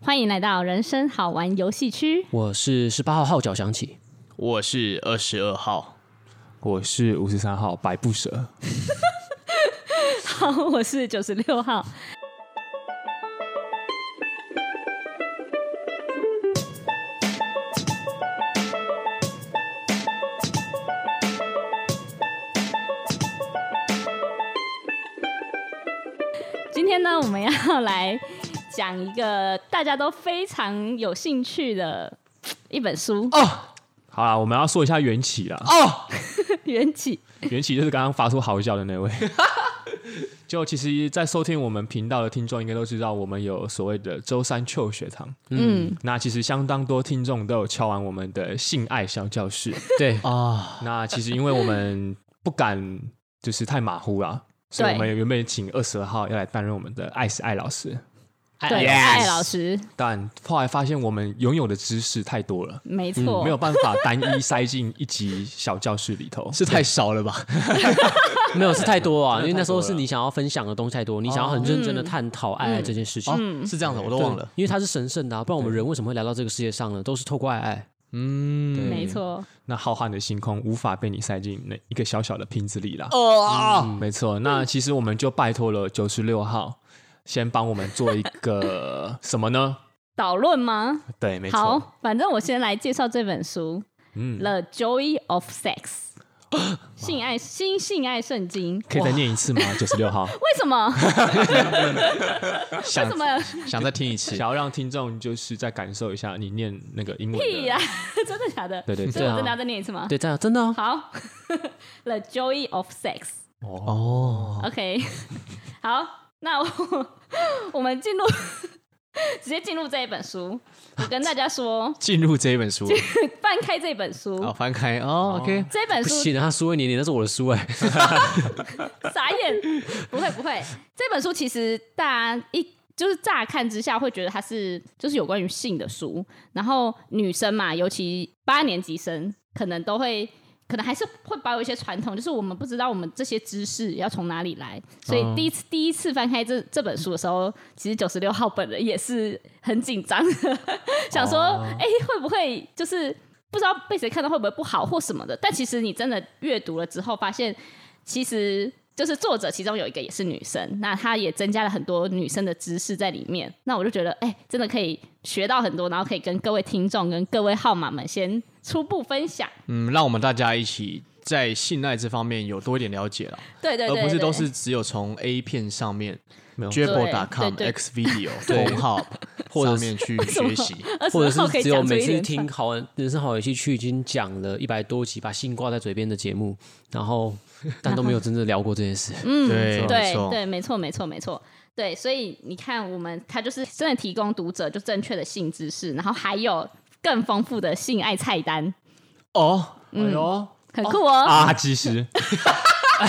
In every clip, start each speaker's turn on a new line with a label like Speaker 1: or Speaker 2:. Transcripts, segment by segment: Speaker 1: 欢迎来到人生好玩游戏区。
Speaker 2: 我是十八号号角响起，
Speaker 3: 我是二十二号，
Speaker 4: 我是五十三号白不舍，
Speaker 1: 好，我是九十六号。今天呢，我们要来讲一个大家都非常有兴趣的一本书
Speaker 4: 哦
Speaker 1: 《
Speaker 4: 好啦，我们要说一下缘起啦。
Speaker 1: 哦缘起》。
Speaker 4: 缘起就是刚刚发出嚎叫的那位。 就其实，在收听我们频道的听众应该都知道，我们有所谓的周三秋学堂。
Speaker 1: 嗯，
Speaker 4: 那其实相当多听众都有敲完我们的性爱小教 室。
Speaker 2: 对，
Speaker 3: 啊，
Speaker 4: 那其实因为我们不敢就是太马虎啦，所以
Speaker 1: 对
Speaker 4: 我们原本请二十二号要来担任我们的爱是爱老师，嗯
Speaker 1: 对，
Speaker 3: Yes
Speaker 1: 艾老师，
Speaker 4: 但后来发现我们拥有的知识太多了。
Speaker 1: 没错，
Speaker 4: 嗯没有办法单一塞进一集小教室里 头，
Speaker 3: 是太少了吧？
Speaker 2: 没有是太多 哦啊，因
Speaker 4: 真的
Speaker 2: 为那时候
Speaker 4: 太多
Speaker 2: 是
Speaker 4: 了
Speaker 2: 你想要分享的东西太多，你想要很认真的探讨爱爱这件事情。
Speaker 3: 哦，
Speaker 1: 嗯
Speaker 3: 是这样的，我都
Speaker 4: 对
Speaker 3: 忘了。
Speaker 2: 因为它是神圣的、啊，不然我们人为什么会来到这个世界上呢？都是透过爱爱。
Speaker 4: 对
Speaker 1: 没。错，
Speaker 4: 那浩瀚的星空无法被你塞进那一个小小的瓶子里啦。
Speaker 3: 哦，
Speaker 4: 嗯没错，那其实我们就拜托了九十六号，先帮我们做一 个什么呢？
Speaker 1: 导论吗？
Speaker 4: 对，没错，
Speaker 1: 好，反正我先来介绍这本书，《The Joy of Sex》，性爱新性爱圣经。
Speaker 4: 可以再念一次吗？九十六 号，
Speaker 1: 为什么？ 为
Speaker 4: 想
Speaker 1: 什么？
Speaker 3: 想再听一次，
Speaker 4: 想，要让听众就是再感受一下你念那个英文
Speaker 1: 屁
Speaker 4: 的，
Speaker 1: 呀、 真的假的？
Speaker 4: 对对
Speaker 1: 所
Speaker 4: 对
Speaker 1: 以
Speaker 2: 对
Speaker 1: 我
Speaker 2: 啊
Speaker 1: 真的要再念一次吗？
Speaker 2: 对，这样真的、啊，
Speaker 1: 好， 《The Joy of Sex
Speaker 2: 哦，》。
Speaker 1: OK，好，那我我们进入直接进入这一本书。我跟大家说
Speaker 3: 进入这一 本书，
Speaker 1: 翻开这本书，
Speaker 3: 好，翻开哦，OK，
Speaker 1: 这本
Speaker 2: 不
Speaker 1: 书
Speaker 2: 行啊，他输一年年，那是我的书 哎、
Speaker 1: 傻眼，不会不会，这本书其实大家一就是乍看之下会觉得它是就是有关于性的书，然后女生嘛，尤其八年级生可能都会。可能还是会保有一些传统，就是我们不知道我们这些知识要从哪里来，所以第一次、第一次翻开这这本书的时候，其实九十六号本人也是很紧张的， 想说，哎、会不会就是不知道被谁看到会不会不好或什么的？但其实你真的阅读了之后，发现其实就是作者其中有一个也是女生，那她也增加了很多女生的知识在里面。那我就觉得，哎、真的可以学到很多，然后可以跟各位听众、跟各位号码们先初步分享。
Speaker 3: 嗯，让我们大家一起在性爱这方面有多一点了解了，
Speaker 1: 对对对
Speaker 3: 而不是
Speaker 1: 对
Speaker 3: 都是只有从 A 片上面
Speaker 4: 没有
Speaker 3: j a b o c o
Speaker 1: 对
Speaker 3: m
Speaker 1: 对
Speaker 3: X Video、
Speaker 2: 对
Speaker 3: Pornhub
Speaker 2: 或者
Speaker 3: 上
Speaker 2: 是
Speaker 3: 面去
Speaker 1: 什么
Speaker 3: 学习。
Speaker 1: 二
Speaker 2: 或者
Speaker 1: 十号可
Speaker 2: 是
Speaker 1: 以
Speaker 2: 只有
Speaker 1: 讲出
Speaker 2: 每
Speaker 1: 一
Speaker 2: 次
Speaker 1: 连
Speaker 2: 听
Speaker 1: 串。
Speaker 2: 好玩人生好游戏区已经讲了一百多集，把性挂在嘴边的节目，然后但都没有真正聊过这件事。
Speaker 1: 嗯，
Speaker 3: 对没
Speaker 1: 对
Speaker 3: 错
Speaker 1: 对，没错没错没错，对，所以你看，我们它就是真的提供读者就正确的性知识，然后还有更丰富的性爱菜单，
Speaker 4: 哦，哎呦
Speaker 1: 很酷哦。
Speaker 4: 啊，其实
Speaker 1: 哦，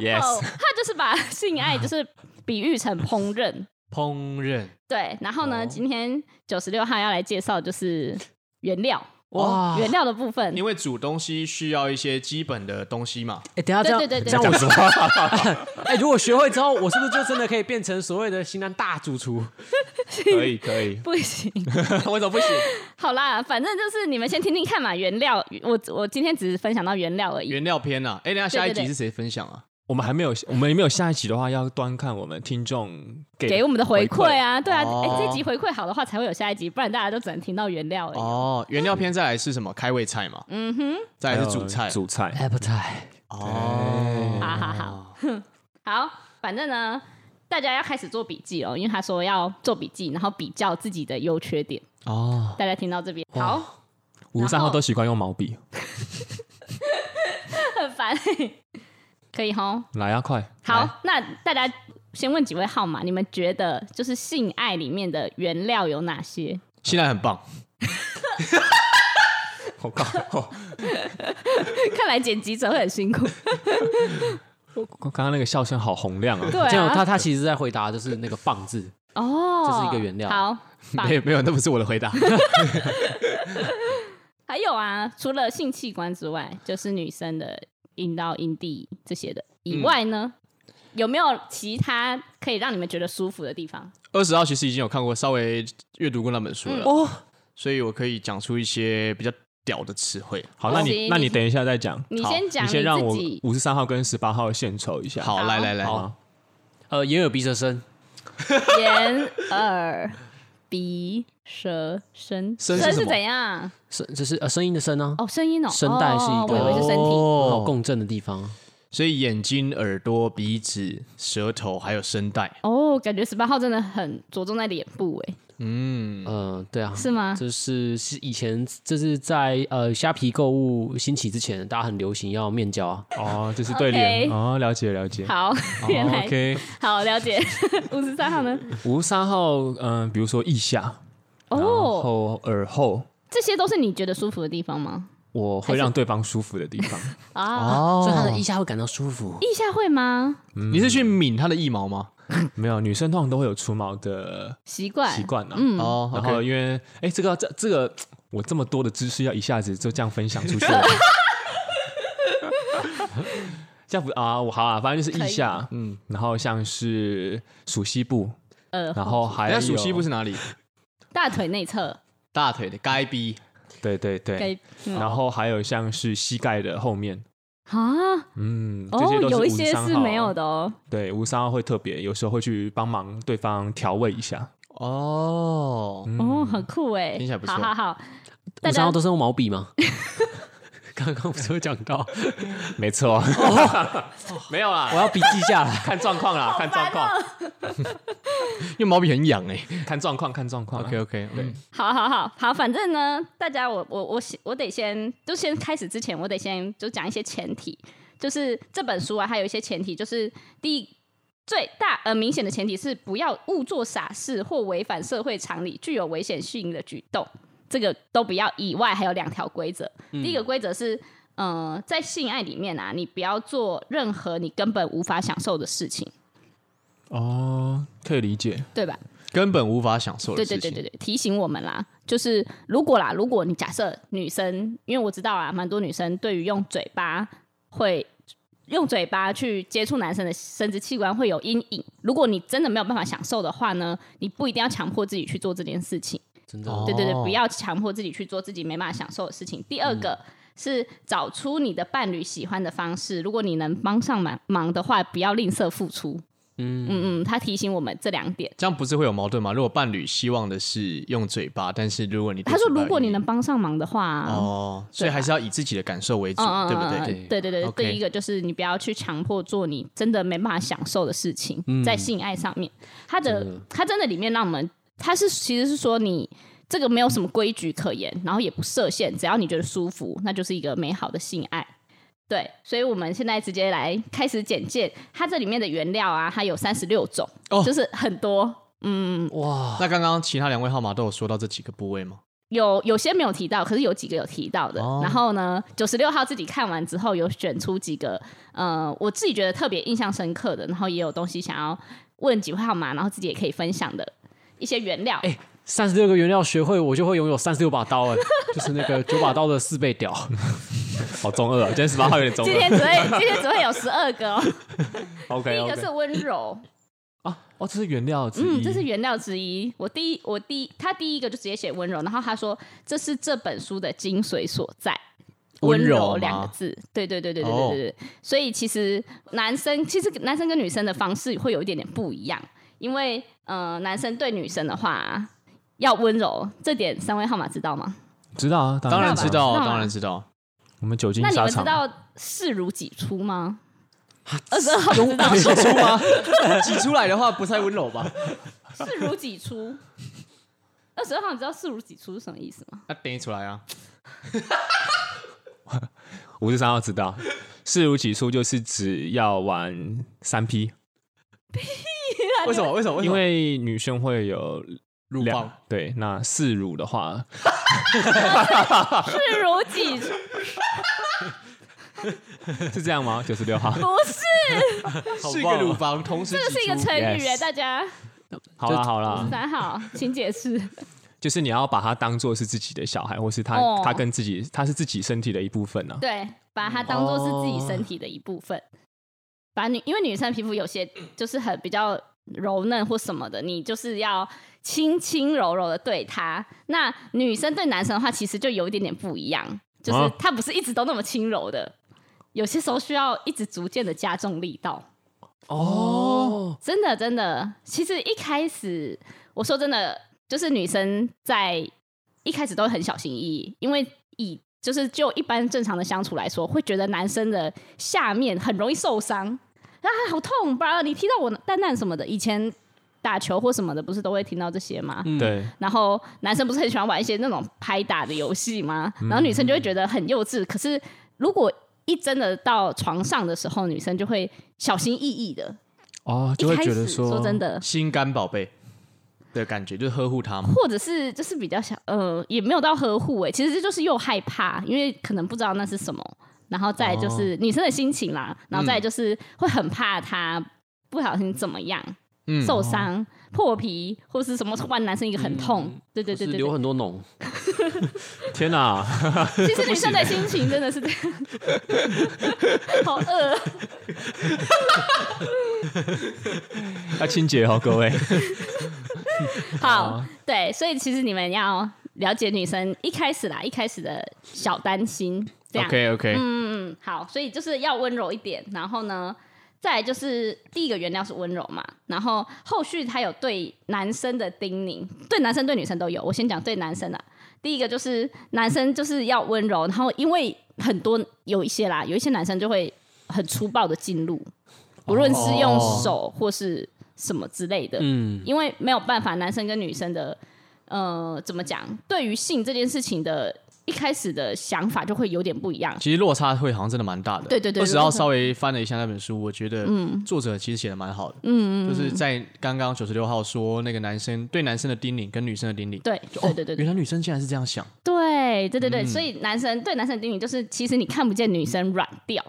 Speaker 4: yes，
Speaker 1: 他就是把 性爱就是比喻成烹饪，
Speaker 3: 烹饪
Speaker 1: 对。然后呢，今天九十六号要来介绍就是原料
Speaker 2: 哇，
Speaker 1: 原料的部分
Speaker 3: 因。为煮东西需要一些基本的东西嘛，
Speaker 2: 哎、等一下这样，
Speaker 1: 对对对对
Speaker 2: 这样我知道。 哎、如果学会之后，我是不是就真的可以变成所谓的新南大主厨？
Speaker 4: 可以可以，
Speaker 1: 不行，
Speaker 3: 为什么不行？
Speaker 1: 好啦，反正就是你们先听听看嘛。原料，我我今天只是分享到原料而已。
Speaker 3: 原料篇啊，哎，等一下下一
Speaker 1: 对对
Speaker 3: 集
Speaker 1: 对
Speaker 3: 是谁分享啊？
Speaker 4: 我们还没有，我们也没有下一期的话，要端看我们听众给
Speaker 1: 给我们的回馈啊，对啊，哎、
Speaker 3: 哦
Speaker 1: 这集回馈好的话才会有下一集，不然大家都只能听到原料而已。
Speaker 3: 哦，原料篇再来是什么？开胃菜嘛，嗯哼，再
Speaker 4: 还
Speaker 3: 来
Speaker 4: 有
Speaker 3: 是主菜，
Speaker 4: 呃主菜
Speaker 2: appetite。
Speaker 3: 哦，
Speaker 1: 好好好， 好，反正呢，大家要开始做笔记哦，因为他说要做笔记，然后比较自己的优缺点。
Speaker 2: 哦，
Speaker 1: 大家听到这边，好，
Speaker 4: 五十三号都习惯用毛笔，
Speaker 1: 很烦、 可以吼。
Speaker 4: 来啊，快
Speaker 1: 好，那大家先问几位号码，你们觉得就是性爱里面的原料有哪些？
Speaker 3: 现在很棒，
Speaker 4: 我靠，
Speaker 1: 看来剪辑者会很辛苦，
Speaker 4: 刚刚那个笑声好洪亮啊！
Speaker 1: 对
Speaker 2: 这样
Speaker 1: 啊，
Speaker 2: 他他其实在回答就是那个棒字，
Speaker 1: 哦，
Speaker 2: 这是一个原料
Speaker 1: 好，棒
Speaker 3: 没有没有，那不是我的回答。
Speaker 1: 还有啊，除了性
Speaker 2: 嗯
Speaker 1: 器官之外，就是女生的阴道、阴蒂这些的以外呢，有没有其他可以让你们觉得舒服的地 方？
Speaker 3: 二十号其实已经有看过，稍微阅读过那本书
Speaker 1: 嗯
Speaker 3: 了，
Speaker 4: 哦，
Speaker 3: 所以我可以讲出一些比较屌的词汇。
Speaker 4: 好，那
Speaker 1: 不
Speaker 4: 你
Speaker 1: 行
Speaker 4: 那
Speaker 1: 你
Speaker 4: 你等一下再讲，
Speaker 1: 你
Speaker 4: 好
Speaker 1: 先讲
Speaker 4: 你先
Speaker 1: 你
Speaker 4: 让
Speaker 1: 自
Speaker 4: 我
Speaker 1: 己
Speaker 4: 五十三号跟十八号献丑一下。
Speaker 3: 好，来来来，
Speaker 1: 哦
Speaker 4: 好，
Speaker 2: 呃，眼耳鼻舌身，
Speaker 1: 眼、耳、鼻、舌、身，
Speaker 3: 身是什
Speaker 1: 是
Speaker 3: 么
Speaker 1: 怎样？
Speaker 2: 声这是呃声音的声啊，
Speaker 1: 哦，声音哦，
Speaker 2: 声带是一
Speaker 1: 哦
Speaker 2: 个
Speaker 1: 我以为是身体。
Speaker 2: 很好
Speaker 3: 哦，
Speaker 2: 共振的地方。啊
Speaker 3: 所以眼睛、耳朵、鼻子、舌头还有声带，
Speaker 1: 哦，感觉十八号真的很着重在脸部，哎，
Speaker 3: 嗯，
Speaker 2: 呃，对啊，
Speaker 1: 是吗？
Speaker 2: 这是是以前这是在呃虾皮购物兴起之前，大家很流行要面交啊。
Speaker 4: 哦，就是对脸
Speaker 1: OK
Speaker 4: 哦，了解了解。哦
Speaker 1: 好， 原来
Speaker 4: OK，
Speaker 1: 好了解。五十三号呢？
Speaker 4: 五十三号，嗯，比如说腋下， 然
Speaker 1: 哦，
Speaker 4: 后耳后，
Speaker 1: 这些都是你觉得舒服的地方吗？
Speaker 4: 我会让对方舒服的地 方。
Speaker 1: 啊，
Speaker 4: 哦
Speaker 2: 所以他的腋下会感到舒服。
Speaker 1: 腋下会吗？
Speaker 3: 嗯你是去抿它的腋毛吗？
Speaker 4: 没有，女生通常都会有除毛的
Speaker 1: 习惯
Speaker 4: 习惯啊。
Speaker 1: 嗯
Speaker 3: 哦
Speaker 4: 然
Speaker 3: 然
Speaker 4: 后
Speaker 3: 后
Speaker 4: 因为，哎，这个这这个，我这么多的知识要一下子就这样分享出去了。 这样不啊，我好啊，反正就是腋下，嗯，然后像是属西部，
Speaker 1: 呃，
Speaker 4: 然后还
Speaker 3: 人
Speaker 4: 有
Speaker 3: 家属西部是哪里？
Speaker 1: 大腿内侧
Speaker 3: 大腿的该逼，
Speaker 4: 对对对，
Speaker 1: 给嗯
Speaker 4: 然后还有像是膝盖的后面，
Speaker 1: 啊，
Speaker 4: 嗯，这
Speaker 1: 哦
Speaker 4: 些都，
Speaker 1: 有一
Speaker 4: 53
Speaker 1: 些是
Speaker 4: 号
Speaker 1: 没有，的哦。
Speaker 4: 对，无伤会特别，有时候会去帮忙对方调味一下，
Speaker 3: 哦，
Speaker 4: 嗯
Speaker 1: 哦，很酷哎，
Speaker 3: 听起来不
Speaker 1: 好
Speaker 3: 错
Speaker 1: 好好，大家
Speaker 2: 五三号都是用毛 笔吗？刚刚不是有讲到，
Speaker 4: 没错，
Speaker 1: 哦
Speaker 4: 没有啦，
Speaker 2: 我要笔记下来。
Speaker 4: 看状况啦，看状况，
Speaker 3: 因为毛笔很痒哎。
Speaker 1: 哦
Speaker 3: 嗯
Speaker 4: 看状况，看状况啦。
Speaker 3: OK OK，对，
Speaker 1: 好好好好，反正呢，大家我我我先我得先就先开始之前，我得先就讲一些前提，就是这本书啊，它有一些前提，就是第一最大呃明显的前提是不要误做傻事或违反社会常理、具有危险性的举动，这个都不要。以外还有两条规则，第一个规则是。呃，在性爱里面啊，你不要做任何你根本无法享受的事情，
Speaker 4: 哦，可以理解，
Speaker 1: 对吧？
Speaker 3: 根本无法享受的
Speaker 1: 对
Speaker 3: 事
Speaker 1: 对
Speaker 3: 情。
Speaker 1: 对对对，提醒我们啦，就是如果啦，如果你假设女生，因为我知道啊，蛮多女生对于用嘴巴会用嘴巴去接触男生的生殖器官会有阴影。如果你真的没有办法享受的话呢，你不一定要强迫自己去做这件事情。
Speaker 2: 真的，
Speaker 3: 哦
Speaker 1: 对对对，不要强迫自己去做自己没办法享受的事情。第二个。
Speaker 3: 嗯
Speaker 1: 是找出你的伴侣喜欢的方式。如果你能帮上忙忙的话，不要吝啬付出。嗯嗯嗯，他提醒我们这两点。
Speaker 3: 这样不是会有矛盾吗？如果伴侣希望的是用嘴巴，但是如果你对
Speaker 1: 他说：“
Speaker 3: 嘴巴
Speaker 1: 如果
Speaker 3: 有
Speaker 1: 你
Speaker 3: 意
Speaker 1: 能帮上忙的话啊、
Speaker 3: 哦，所以还是要以自己的感受为主，
Speaker 1: 嗯嗯
Speaker 3: 对不
Speaker 1: 嗯
Speaker 3: 对？
Speaker 1: 嗯对对对，
Speaker 3: OK
Speaker 1: 第一个就是你不要去强迫做你真的没办法享受的事情，在性爱上面，它的它真的里面让我们，它是其实是说你这个没有什么规矩可言，然后也不设限，只要你觉得舒服，那就是一个美好的性爱。对，所以我们现在直接来开始简介，它这里面的原料啊，它有三十六种，
Speaker 3: 哦
Speaker 1: 就是很多。
Speaker 2: 哇，
Speaker 3: 那刚刚其他两位号码都有说到这几个部位吗？
Speaker 1: 有有些没有提到，可是有几个有提到的。
Speaker 3: 哦
Speaker 1: 然后呢，九十六号自己看完之后，有选出几个呃，我自己觉得特别印象深刻的，然后也有东西想要问几位号码，然后自己也可以分享的一些原料。
Speaker 2: 三十六个原料学会，我就会拥有三十六把刀 哎，就是那个九把刀的四倍屌。
Speaker 4: 好中二哦，今天十八号有点中
Speaker 1: 今
Speaker 4: 二。
Speaker 1: 天只会今天只会有十二个哦，第
Speaker 4: OK
Speaker 1: 一个
Speaker 4: 哎 OK
Speaker 1: 是温柔，
Speaker 4: 啊，哦，这是原料之一，
Speaker 1: 嗯，这是原料之一。我第一我第一他第一个就直接写温柔，然后他说这是这本书的精髓所在。
Speaker 3: 温柔吗
Speaker 1: 两个字，对对对对对对对对。所以其实男生其实男生跟女生的方式会有一点点不一样，因为呃，男生对女生的话要温柔，这点三位号码知道吗？
Speaker 4: 知道啊，
Speaker 3: 当然知道
Speaker 1: 知道
Speaker 3: 啊，
Speaker 1: 啊
Speaker 3: 当然知道。
Speaker 4: 我们酒精
Speaker 1: 那你
Speaker 4: 沙
Speaker 1: 们知
Speaker 4: 场
Speaker 1: 道视如己出吗？二十二号知道
Speaker 3: 挤出吗？挤出来的话不太温柔吧？
Speaker 1: 视如己出。二十二号，你知道视如己出是什么意思 吗？
Speaker 3: 那等你出 来啊！
Speaker 4: 五十三号知道，视如己出就是只要玩三 P，
Speaker 3: 为什么？为什么？
Speaker 4: 因为女生会有
Speaker 3: 乳
Speaker 4: 两
Speaker 3: 房
Speaker 4: 对，那四乳的话，
Speaker 1: 视如己出
Speaker 4: 是这样吗？九十 六号，
Speaker 1: 不是。
Speaker 4: 哦
Speaker 3: 是一个乳房同时
Speaker 1: 这是一个
Speaker 3: 挤出
Speaker 1: 成语哎，
Speaker 4: Yes
Speaker 1: 大家
Speaker 4: 好啦好啦，
Speaker 1: 三号，请解 释。
Speaker 4: 就是你要把它当做是自己的小孩，或是他
Speaker 1: 哦
Speaker 4: 他跟自己，他是自己身体的一部分啊。
Speaker 3: 哦
Speaker 1: 对，把它当做是自己身体的一部分。把女，因为女生皮肤有些就是很比较柔嫩或什么的，你就是要轻轻柔柔的对她。那女生对男生的话，其实就有一点点不一样，就是
Speaker 3: 啊
Speaker 1: 她不是一直都那么轻柔的，有些时候需要一直逐渐的加重力道。
Speaker 2: 哦，
Speaker 1: 真的真的，其实一开始我说真的，就是女生在一开始都很小心翼翼，因为以就是就一般正常的相处来说，会觉得男生的下面很容易受伤，啊，好痛吧？你踢到我蛋蛋什么的，以前。打球或什么的，不是都会听到这些吗？
Speaker 2: 嗯
Speaker 4: 对，
Speaker 1: 然后男生不是很喜欢玩一些那种拍打的游戏吗？然后女生就会觉得很幼稚。可是如果一真的到床上的时候，女生就会小心翼翼的，
Speaker 4: 哦，
Speaker 1: 一
Speaker 4: 就会
Speaker 1: 开
Speaker 4: 觉得
Speaker 1: 始说真的，
Speaker 3: 心肝宝贝的感觉，就是呵护他嘛。
Speaker 1: 或者是就是比较想呃，也没有到呵护哎、其实就是又害怕，因为可能不知道那是什么，然后再来
Speaker 3: 哦
Speaker 1: 就是女生的心情啦，然后再来就是会很怕他不小心怎么样、
Speaker 3: 嗯，
Speaker 1: 受伤、破皮或是什么，突然男生一个很痛，
Speaker 3: 嗯
Speaker 1: 对对
Speaker 2: 就是
Speaker 1: 对对
Speaker 2: 流
Speaker 1: 对，
Speaker 2: 很多脓，
Speaker 4: 天哪，
Speaker 1: 其实女生的心情真的是这样，好 饿，
Speaker 4: 要清洁哦， 各位。
Speaker 1: 好，对，所以其实你们要了解女生一开始啦，一开始的小担心 这样。
Speaker 3: OK OK，
Speaker 1: 嗯，好，所以就是要温柔一点，然后呢，再来就是第一个原谅是温柔嘛，然后后续他有对男生的叮咛，对男生对女生都有。我先讲对男生的、第一个就是男生就是要温柔，然后因为很多有一些啦，有一些男生就会很粗暴的进入，无论是用手或是什么之类的，
Speaker 2: 嗯，
Speaker 1: 因为没有办法，男生跟女生的呃怎么讲，对于性这件事情的。一开始的想法就会有点不一样，
Speaker 3: 其实落差会好像真的蛮大的。
Speaker 1: 对对对嗯
Speaker 3: 我只要
Speaker 1: 落差
Speaker 3: 稍微翻了一下那本书，我觉得作者其实写的蛮好的。嗯嗯，就是在刚刚九十六号说那个男生对男生的叮咛跟女生的叮咛，
Speaker 1: 对
Speaker 3: 就，
Speaker 1: 对对对
Speaker 3: 哦，原来嗯女生竟然是这样想。
Speaker 1: 对对对对，所以男生对男生的叮咛就是，其实你看不见女生软掉，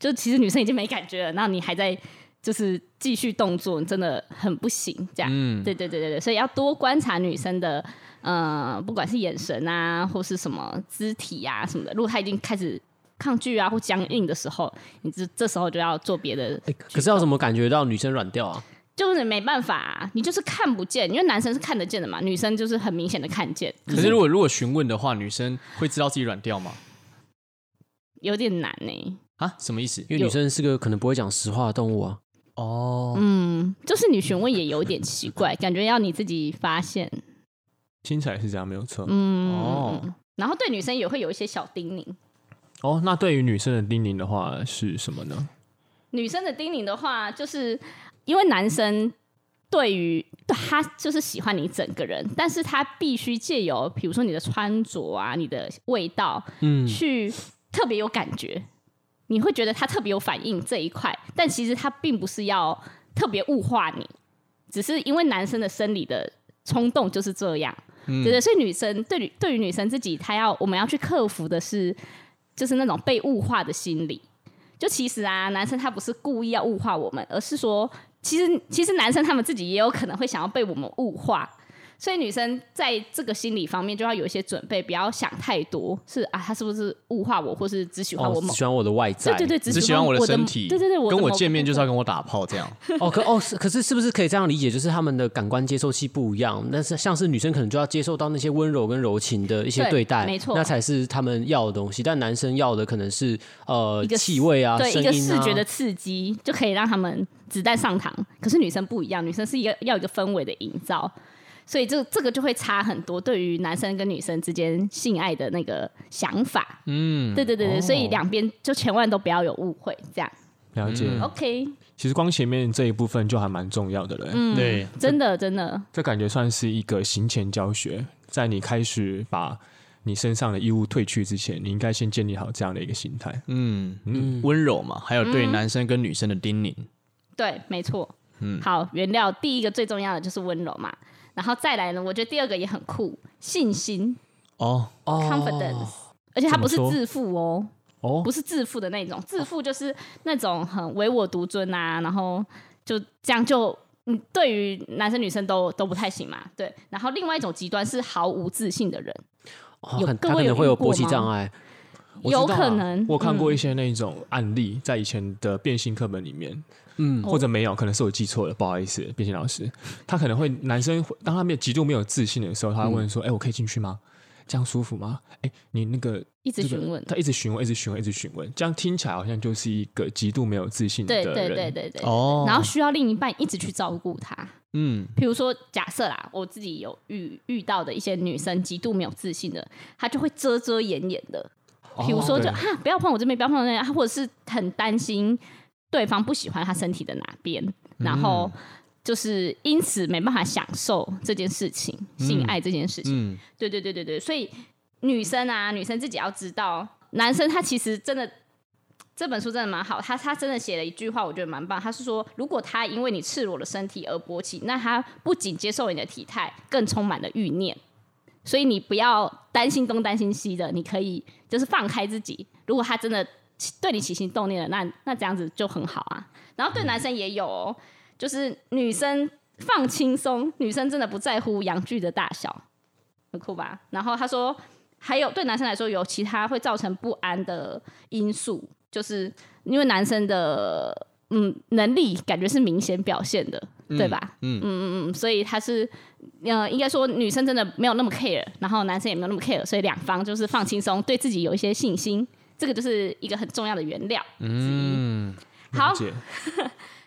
Speaker 1: 就其实女生已经没感觉了，然后你还在就是继续动作，你真的很不行。这样，
Speaker 3: 嗯，
Speaker 1: 对对对对对，所以要多观察女生的，呃，不管是眼神啊，或是什么肢体啊什么的，如果她已经开始抗拒啊或僵硬的时候，你这这时候就要做别的，
Speaker 2: 哎可是要怎么感觉到女生软掉啊？
Speaker 1: 就是没办法、啊，你就是看不见，因为男生是看得见的嘛，女生就是很明显的看见，
Speaker 3: 可是如果如果询问的话，女生会知道自己软掉吗？
Speaker 1: 有点难呢、欸
Speaker 3: 啊，什么意思？
Speaker 2: 因为女生是个可能不会讲实话的动物啊。
Speaker 3: 哦，
Speaker 1: 嗯，就是你询问也有点奇怪，感觉要你自己发现。
Speaker 4: 听起来是这样，没有错。
Speaker 1: 嗯，
Speaker 3: 哦
Speaker 1: 然后对女生也会有一些小叮咛。
Speaker 4: 哦，那对于女生的叮咛的话是什么呢？
Speaker 1: 女生的叮咛的话，就是因为男生对于他就是喜欢你整个人，但是他必须借由比如说你的穿着啊、你的味道，嗯，去特别有感觉，你会觉得他特别有反应这一块，但其实他并不是要特别物化你，只是因为男生的生理的冲动就是这样，对对，所以女生对于对于女生自己，她要我们要去克服的是，就是那种被物化的心理。就其实啊，男生他不是故意要物化我们，而是说，其实其实男生他们自己也有可能会想要被我们物化，所以女生在这个心理方面就要有一些准备，不要想太多，是啊，他是不是物化我，或是只喜欢啊
Speaker 2: 哦
Speaker 1: 我，
Speaker 2: 只
Speaker 1: 某、
Speaker 2: 喜欢我的外在。
Speaker 1: 对对对，只
Speaker 3: 只喜欢我的身体，
Speaker 1: 对对对，
Speaker 3: 跟
Speaker 1: 的
Speaker 3: 我
Speaker 1: 某
Speaker 3: 见面
Speaker 1: 部
Speaker 3: 就是
Speaker 1: 分
Speaker 3: 要跟我打炮这样。
Speaker 2: 哦，可哦是，可是是不是可以这样理解，就是他们的感官接受器不一样？但是像是女生可能就要接受到那些温柔跟柔情的一些
Speaker 1: 对
Speaker 2: 对待，
Speaker 1: 没错
Speaker 2: 那才是他们要的东西。但男生要的可能是呃
Speaker 1: 一个
Speaker 2: 气味啊、
Speaker 1: 对
Speaker 2: 声
Speaker 1: 一
Speaker 2: 音啊，
Speaker 1: 个视觉的刺激，就可以让他们子弹上膛。可是女生不一样，女生是一个要一个氛围的营造，所以这这个就会差很多。对于男生跟女生之间性爱的那个想法，嗯，对对对对，所
Speaker 3: 哦
Speaker 1: 以两边就千万都不要有误会，这样、
Speaker 4: 了解，
Speaker 3: 嗯
Speaker 1: OK，
Speaker 4: 其实光前面这一部分就还蛮重要的了。嗯，
Speaker 3: 对，
Speaker 1: 真的真的，
Speaker 4: 这感觉算是一个行前教学，在你开始把你身上的义务褪去之前，你应该先建立好这样的一个心态。
Speaker 3: 嗯，温柔嘛，还有对
Speaker 1: 嗯
Speaker 3: 男生跟女生的叮咛。
Speaker 1: 对，没错。嗯，好，原料第一个最重要的就是温柔嘛，然后再来呢，我觉得第二个也很酷，信心
Speaker 3: 哦，
Speaker 1: （confidence），、而且它不是
Speaker 4: 怎么说
Speaker 1: 自负哦，
Speaker 4: 哦
Speaker 1: 不是自负的那种，自负就是那种很唯我独尊啊，然后就这样就，嗯，对于男生女生都都不太行嘛，对。然后另外一种极端是毫无自信的人，
Speaker 2: 哦
Speaker 1: 有
Speaker 2: 可能
Speaker 1: 各
Speaker 2: 他
Speaker 1: 位
Speaker 2: 可
Speaker 1: 有
Speaker 2: 能会有
Speaker 1: 遇过
Speaker 2: 勃起
Speaker 1: 吗
Speaker 2: 障碍，
Speaker 4: 我
Speaker 1: 有
Speaker 4: 知道啊
Speaker 1: 可能嗯
Speaker 4: 我看过一些那种案例，在以前的变性课本里面，嗯，
Speaker 1: 哦
Speaker 4: 或者没有，可能是我记错了，不好意思，变性老师，他可能会男生会当他没有极度没有自信的时候，他会问说：“哎、我可以进去吗？这样舒服吗？哎、你那个
Speaker 1: 一直
Speaker 4: 这个
Speaker 1: 询问
Speaker 4: 他一直询问，一直询问，一直询问，这样听起来好像就是一个极度没有自信的
Speaker 1: 对
Speaker 4: 人。
Speaker 1: 对对对对，
Speaker 3: 哦
Speaker 1: 然后需要另一半一直去照顾他。
Speaker 3: 嗯，
Speaker 1: 比如说，假设啦，我自己有遇遇到的一些女生极度没有自信的，她就会遮遮掩掩的。比如说就，
Speaker 4: 对
Speaker 1: 哈、不要碰我这边，不要碰我那边，啊或者是很担心对方不喜欢她身体的哪边，然后就是因此没办法享受这件事情，性爱这件事情。
Speaker 3: 嗯，
Speaker 1: 对对对对对，所以女生啊，女生自己要知道，男生他其实真的这本书真的蛮好，他他真的写了一句话，我觉得蛮棒。他是说，如果他因为你赤裸的身体而勃起，那他不仅接受你的体态，更充满了欲念。所以你不要担心东担心西的，你可以就是放开自己。如果他真的起对你起心动念了，那那这样子就很好啊。然后对男生也有、哦，就是女生放轻松，女生真的不在乎阳具的大小，很酷吧？然后他说，还有对男生来说有其他会造成不安的因素，就是因为男生的嗯能力感觉是明显表现的，对吧？嗯嗯嗯，所以他是呃，应该说女生真的没有那么 care，然后男生也没有那么 care，所以两方就是放轻松，对自己有一些信心，这个就是一个很重要的原料之一。好
Speaker 4: 了，解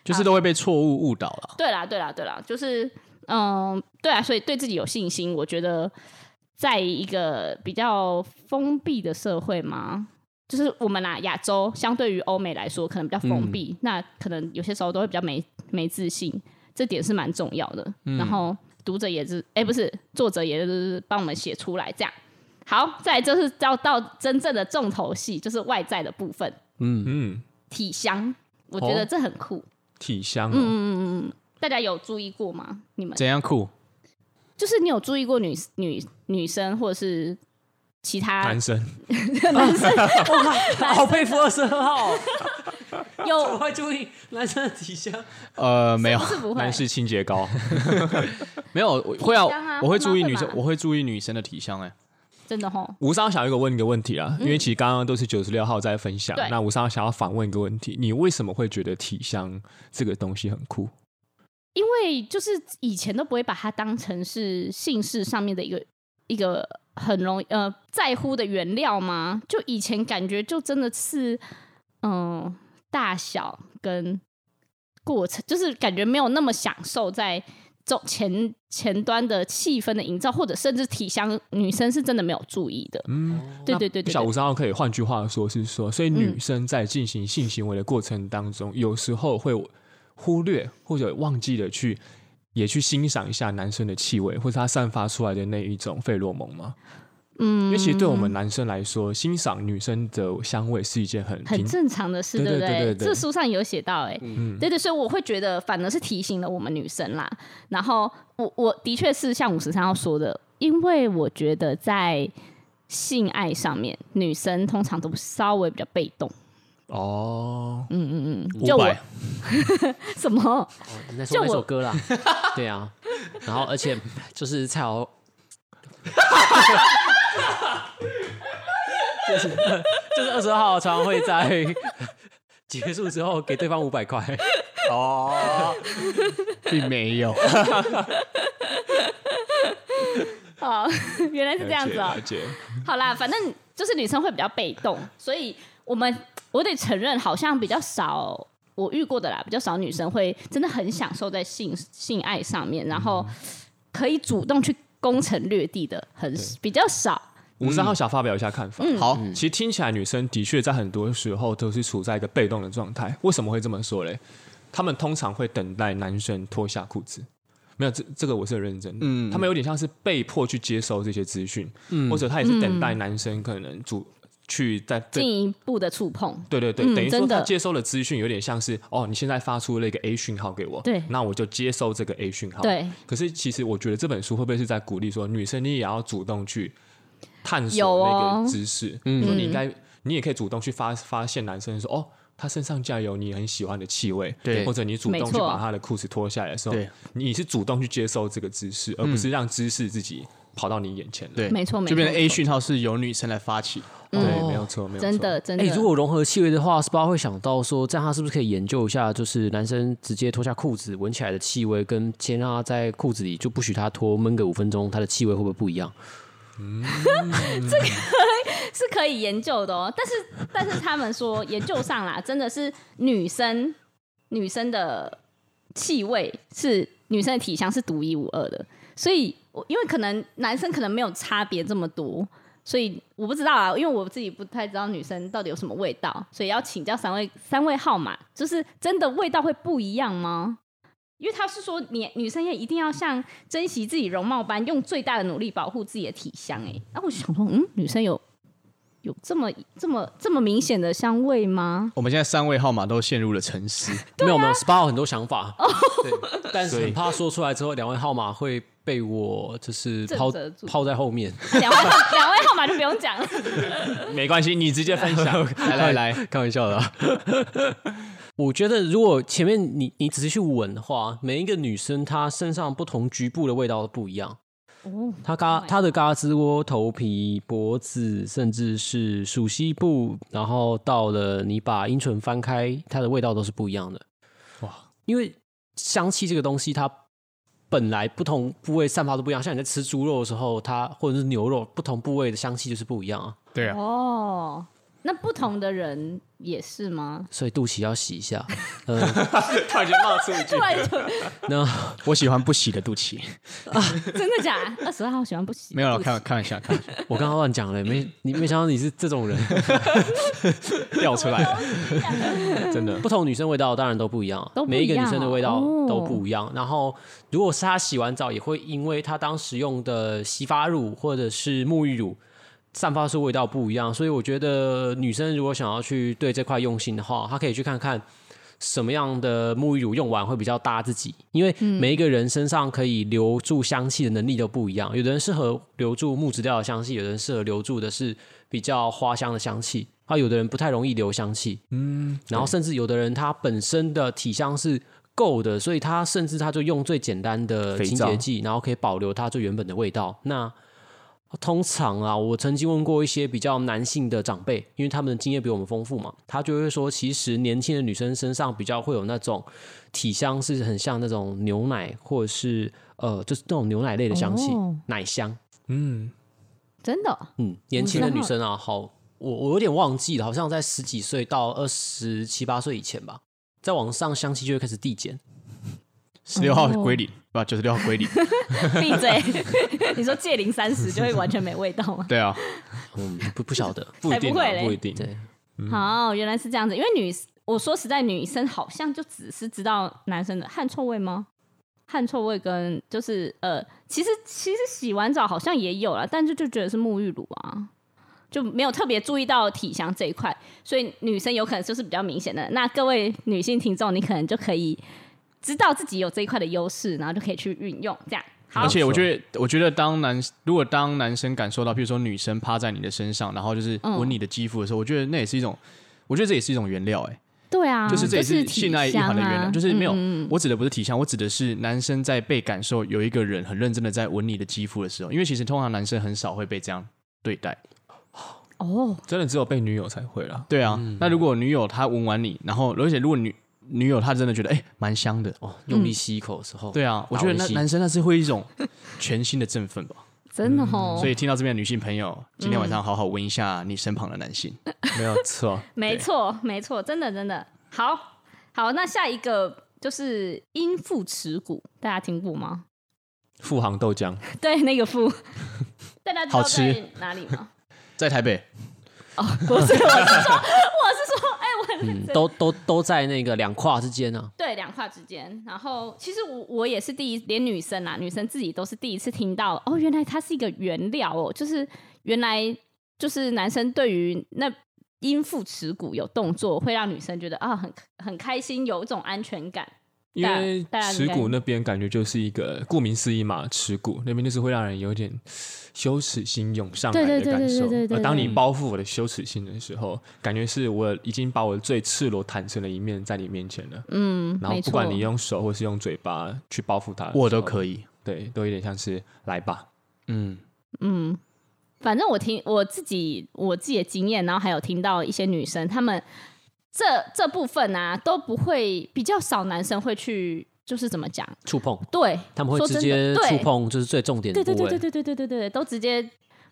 Speaker 3: 就是都会被错误误导了。
Speaker 1: 对啦，对啦，对啦，就是嗯，对啊，所以对自己有信心，我觉得在一个比较封闭的社会嘛，就是我们啦，亚洲相对于欧美来说，可能比较封闭，那可能有些时候都会比较没没自信，这点是蛮重要的。然后读者也是，哎，不是作者也是帮我们写出来这样。好，再来就是到到真正的重头戏，就是外在的部分，
Speaker 4: 嗯，
Speaker 1: 体香，我觉得
Speaker 4: 哦
Speaker 1: 这很酷。
Speaker 4: 体香、哦，
Speaker 1: 嗯大家有注意过吗？你们
Speaker 3: 怎样酷？
Speaker 1: 就是你有注意过女女女生或者是其他
Speaker 4: 男生
Speaker 2: 好佩服二十二号， 我
Speaker 1: 有
Speaker 2: 会注意男生的体香。
Speaker 3: 呃，没有
Speaker 1: 不，是不会
Speaker 4: 男士清洁 膏，
Speaker 3: 没有，我会要
Speaker 1: 体香啊，
Speaker 3: 我会注意
Speaker 1: 妈妈会
Speaker 3: 女生
Speaker 1: 吧，
Speaker 3: 我会注意女生的体香。哎，
Speaker 1: 真的吼，
Speaker 4: 吴商想要一个问一个问题啦，因为其实刚刚都是九十六号在分享
Speaker 1: 对，
Speaker 4: 那吴商想要反问一个问题：你为什么会觉得体香这个东西很酷？
Speaker 1: 因为就是以前都不会把它当成是姓氏上面的一个一个很容易呃在乎的原料吗？就以前感觉就真的是嗯、大小跟过程，就是感觉没有那么享受在中前前端的气氛的营造，或者甚至体香，女生是真的没有注意的。
Speaker 4: 嗯，
Speaker 1: 对对对对对
Speaker 4: 那小吴商号可以换句话说是说，所以女
Speaker 1: 嗯
Speaker 4: 生在进行性行为的过程当中，有时候会忽略或者忘记了去。也去欣赏一下男生的气味，或者他散发出来的那一种费洛蒙吗？
Speaker 1: 嗯，
Speaker 4: 因为其实对我们男生来说，欣赏女生的香味是一件很
Speaker 1: 很
Speaker 4: 平
Speaker 1: 正常的事，
Speaker 4: 对
Speaker 1: 不
Speaker 4: 对对对对嗯
Speaker 1: 这书上有写到、欸，哎、对对，所以我会觉得反而是提醒了我们女生啦。然后我我的确是像五十三号说的，因为我觉得在性爱上面，女生通常都稍微比较被动。
Speaker 4: 哦，
Speaker 1: 就
Speaker 3: 五
Speaker 1: 我
Speaker 3: 百，
Speaker 1: 什么？
Speaker 2: 你在说
Speaker 1: 就
Speaker 2: 那
Speaker 1: 我
Speaker 2: 首歌 啦？对啊，然后而且就是蔡豪， 就是就是二十二号常常会在结束之后给对方五百块，
Speaker 3: 并没有。
Speaker 1: 哦，原来是这样子哦、
Speaker 4: 了解。了解
Speaker 1: 好啦，反正就是女生会比较被动，所以我们我得承认，好像比较少我遇过的啦，比较少女生会真的很享受在性性爱上面，然后可以主动去攻城略地的，很比较少。
Speaker 4: 五十号想发表一下看法。
Speaker 3: 好，
Speaker 4: 其实听起来，女生的确在很多时候都是处在一个被动的状态。为什么会这么说嘞？她们通常会等待男生脱下裤子，没有这这个我是很认真的。嗯，她们有点像是被迫去接收这些资讯，或者她也是等待男生可能主去在对
Speaker 1: 进一步的触碰，
Speaker 4: 对对对，
Speaker 1: 嗯
Speaker 4: 等于说
Speaker 1: 真的
Speaker 4: 她接收了资讯，有点像是哦，你现在发出了一个 A 讯号给我，
Speaker 1: 对
Speaker 4: 那我就接收这个 A 讯号，
Speaker 1: 对，
Speaker 4: 可是其实我觉得这本书会不会是在鼓励说，女生你也要主动去探
Speaker 1: 有
Speaker 4: 索
Speaker 1: 哦
Speaker 4: 那个知识，嗯，说你应该你也可以主动去发发现男生说哦。他身上加油，你很喜欢的气味，
Speaker 3: 对
Speaker 4: 或者你主动
Speaker 1: 没
Speaker 4: 去
Speaker 1: 错
Speaker 4: 把他的裤子脱下来的时候
Speaker 3: 对，
Speaker 4: 你是主动去接受这个知识，而不是让知识自己跑到你眼前了。
Speaker 3: 对，
Speaker 1: 没错没错
Speaker 3: 就变成 A 讯号是由女生来发起，
Speaker 4: 对，
Speaker 2: 嗯
Speaker 4: 没有错，没有错。
Speaker 1: 真的真的。
Speaker 2: 哎、如果融合气味的话，是不是会想到说，这样他是不是可以研究一下，就是男生直接脱下裤子闻起来的气味，跟先让他在裤子里就不许他脱闷个五分钟，他的气味会不会不一样？
Speaker 1: 是可以研究的哦，但是但是他们说研究上啦，真的是女生女生的气味是女生的体香是独一无二的，所以我因为可能男生可能没有差别这么多，所以我不知道啊，因为我自己不太知道女生到底有什么味道，所以要请教三位三位号码，就是真的味道会不一样吗？因为他是说你女生也一定要像珍惜自己容貌般，用最大的努力保护自己的体香、欸。哎，那我就想说，嗯，女生有有这么这么这么明显的香味吗？
Speaker 3: 我们现在三位号码都陷入了沉思。
Speaker 1: 啊
Speaker 2: 没有没有，SPA 有很多想法，
Speaker 3: 对，
Speaker 2: 但是
Speaker 3: 所以
Speaker 2: 很怕说出来之后，两位号码会被我就是
Speaker 1: 震
Speaker 2: 抛
Speaker 1: 慑住
Speaker 2: 抛在后面。
Speaker 1: 两位号两位号码就不用讲了。
Speaker 4: 没关系，你直接分享。
Speaker 3: 来来来，
Speaker 2: 开玩笑的啊、我觉得如果前面你你仔细去闻的话，每一个女生她身上不同局部的味道都不一样。
Speaker 1: 哦，
Speaker 2: 她嘎
Speaker 1: my
Speaker 2: 她的嘎吱窝、头皮、脖子，甚至是属膝部，然后到了你把阴唇翻开，它的味道都是不一样的。哇！因为香气这个东西，它本来不同部位散发都不一样。像你在吃猪肉的时候，它或者是牛肉，不同部位的香气就是不一样啊。
Speaker 3: 对啊，
Speaker 1: 哦，那不同的人也是吗？
Speaker 2: 所以肚脐要洗一下。
Speaker 4: 突然间冒出一 句
Speaker 1: 突然就
Speaker 2: 那
Speaker 3: 我喜欢不洗的肚脐，
Speaker 1: 真的假？二十二号喜欢不洗？
Speaker 3: 没有了，
Speaker 1: 不洗
Speaker 3: 开玩开玩笑，开玩笑，
Speaker 2: 我刚刚乱讲了，没你没想到你是这 种人。
Speaker 4: 掉出来了，真的。
Speaker 2: 不同女生味道当然都不一样啊，
Speaker 1: 都不一样
Speaker 2: 每一个女生的味道
Speaker 1: 哦
Speaker 2: 都不一样。然后，如果是她洗完澡，也会因为她当时用的洗发乳或者是沐浴乳散发出味道不一样，所以我觉得女生如果想要去对这块用心的话，她可以去看看。什么样的沐浴乳用完会比较搭自己？因为每一个人身上可以留住香气的能力都不一样，有的人适合留住木质调的香气，有的人适合留住的是比较花香的香气，啊，有的人不太容易留香气。
Speaker 4: 嗯
Speaker 2: 然后甚至有的人他本身的体香是够的，所以他甚至他就用最简单的
Speaker 4: 肥
Speaker 2: 清
Speaker 4: 皂
Speaker 2: 洁剂，然后可以保留它最原本的味道。那通常啊，我曾经问过一些比较男性的长辈，因为他们的经验比我们丰富嘛，他就会说，其实年轻的女生身上比较会有那种体香，是很像那种牛奶或者是呃，就是那种牛奶类的香气，
Speaker 1: 哦
Speaker 2: 奶香。
Speaker 1: 真的哦
Speaker 2: 嗯，年轻的女生啊，好，我我有点忘记了，好像在十几岁到二十七八岁以前吧，再往上香气就会开始递减。
Speaker 3: 十六号归零，不，九十六号归零。
Speaker 1: 闭嘴！ 你说戒零三十就会完全没味道吗？
Speaker 3: 对啊，
Speaker 2: 嗯，不 不晓得，
Speaker 4: 不一定
Speaker 1: 才不会
Speaker 4: 啊，
Speaker 1: 嘞
Speaker 4: 不一定。
Speaker 2: 对，
Speaker 3: 嗯
Speaker 1: 好，原来是这样子。因为女，我说实在，女生好像就只是知道男生的汗臭味吗？汗臭味跟就是呃，其实其实洗完澡好像也有了，但是就觉得是沐浴乳啊，就没有特别注意到体香这一块，所以女生有可能就是比较明显的。那各位女性听众，你可能就可以知道自己有这一块的优势，然后就可以去运用这样。好
Speaker 3: 而，且我觉得，我觉得当男，如果当男生感受到，譬如说女生趴在你的身上，然后就是
Speaker 1: 嗯
Speaker 3: 闻你的肌肤的时候，我觉得那也是一种，我觉得这也是一种原料，哎，
Speaker 1: 对啊，
Speaker 3: 就是这也是
Speaker 1: 体
Speaker 3: 信赖一
Speaker 1: 香
Speaker 3: 环的原
Speaker 1: 啊
Speaker 3: 料，就是没有
Speaker 1: 嗯嗯嗯，
Speaker 3: 我指的不是体香，我指的是男生在被感受有一个人很认真的在闻你的肌肤的时候，因为其实通常男生很少会被这样对待。
Speaker 1: 哦，
Speaker 4: 真的只有被女友才会啦。
Speaker 3: 对啊，那如果女友她闻完你，然后而且如果女女友她真的觉得哎蛮、香的，
Speaker 2: 哦，用力吸一口的时候，
Speaker 3: 对啊，我
Speaker 2: 打
Speaker 3: 觉得
Speaker 2: 微
Speaker 3: 那
Speaker 2: 信
Speaker 3: 男生那是会一种全新的振 奋吧。
Speaker 1: 真的哦，
Speaker 3: 嗯所以听到这边的女性朋友，今天晚上好好闻一下你身旁的男性。
Speaker 4: 没有错，
Speaker 1: 没错，没错，真的真的好好。那下一个就是阴父持股，大家听过吗？
Speaker 4: 富航豆浆
Speaker 1: 对，那个 父，大家知道
Speaker 3: 好吃
Speaker 1: 在哪里吗？哦
Speaker 3: 在台北，
Speaker 1: 不是，我是说，我 是说，哎、我很
Speaker 3: 嗯
Speaker 1: 认真。
Speaker 2: 都都都在那个两胯之间啊。
Speaker 1: 对，两胯之间。然后，其实我我也是第一，连女生啊，女生自己都是第一次听到，哦，原来它是一个原料哦，就是原来就是男生对于那阴父持股有动作，会让女生觉得啊、很很开心，有一种安全感。
Speaker 4: 因为
Speaker 1: 大大家应
Speaker 4: 耻
Speaker 1: 该
Speaker 4: 骨那边感觉就是一个，顾名思义嘛，耻骨那边就是会让人有点羞耻心涌上来
Speaker 1: 对
Speaker 4: 的
Speaker 1: 对对
Speaker 4: 感受
Speaker 1: 对对对。对
Speaker 4: 而当你包覆我的羞耻心的时候，感觉是我已经把我最赤裸坦诚的一面在你面前了。
Speaker 1: 嗯，
Speaker 4: 然后
Speaker 1: 没
Speaker 4: 不
Speaker 1: 错
Speaker 4: 管你用手或是用嘴巴去包覆它，
Speaker 3: 我都可
Speaker 4: 以，
Speaker 3: 以。
Speaker 4: 对，都有点像是来吧，
Speaker 3: 嗯，
Speaker 1: 嗯，反正我听我自己我自己的经验，然后还有听到一些女生，她们这这部分啊都不会比较少，男生会去就是怎么讲？
Speaker 2: 触碰，
Speaker 1: 对，
Speaker 2: 他们会
Speaker 1: 说
Speaker 2: 直
Speaker 1: 真
Speaker 2: 接
Speaker 1: 的对
Speaker 2: 触碰，就是最重点的
Speaker 1: 对
Speaker 2: 部
Speaker 1: 对
Speaker 2: 位。
Speaker 1: 对对对对对对对，都直接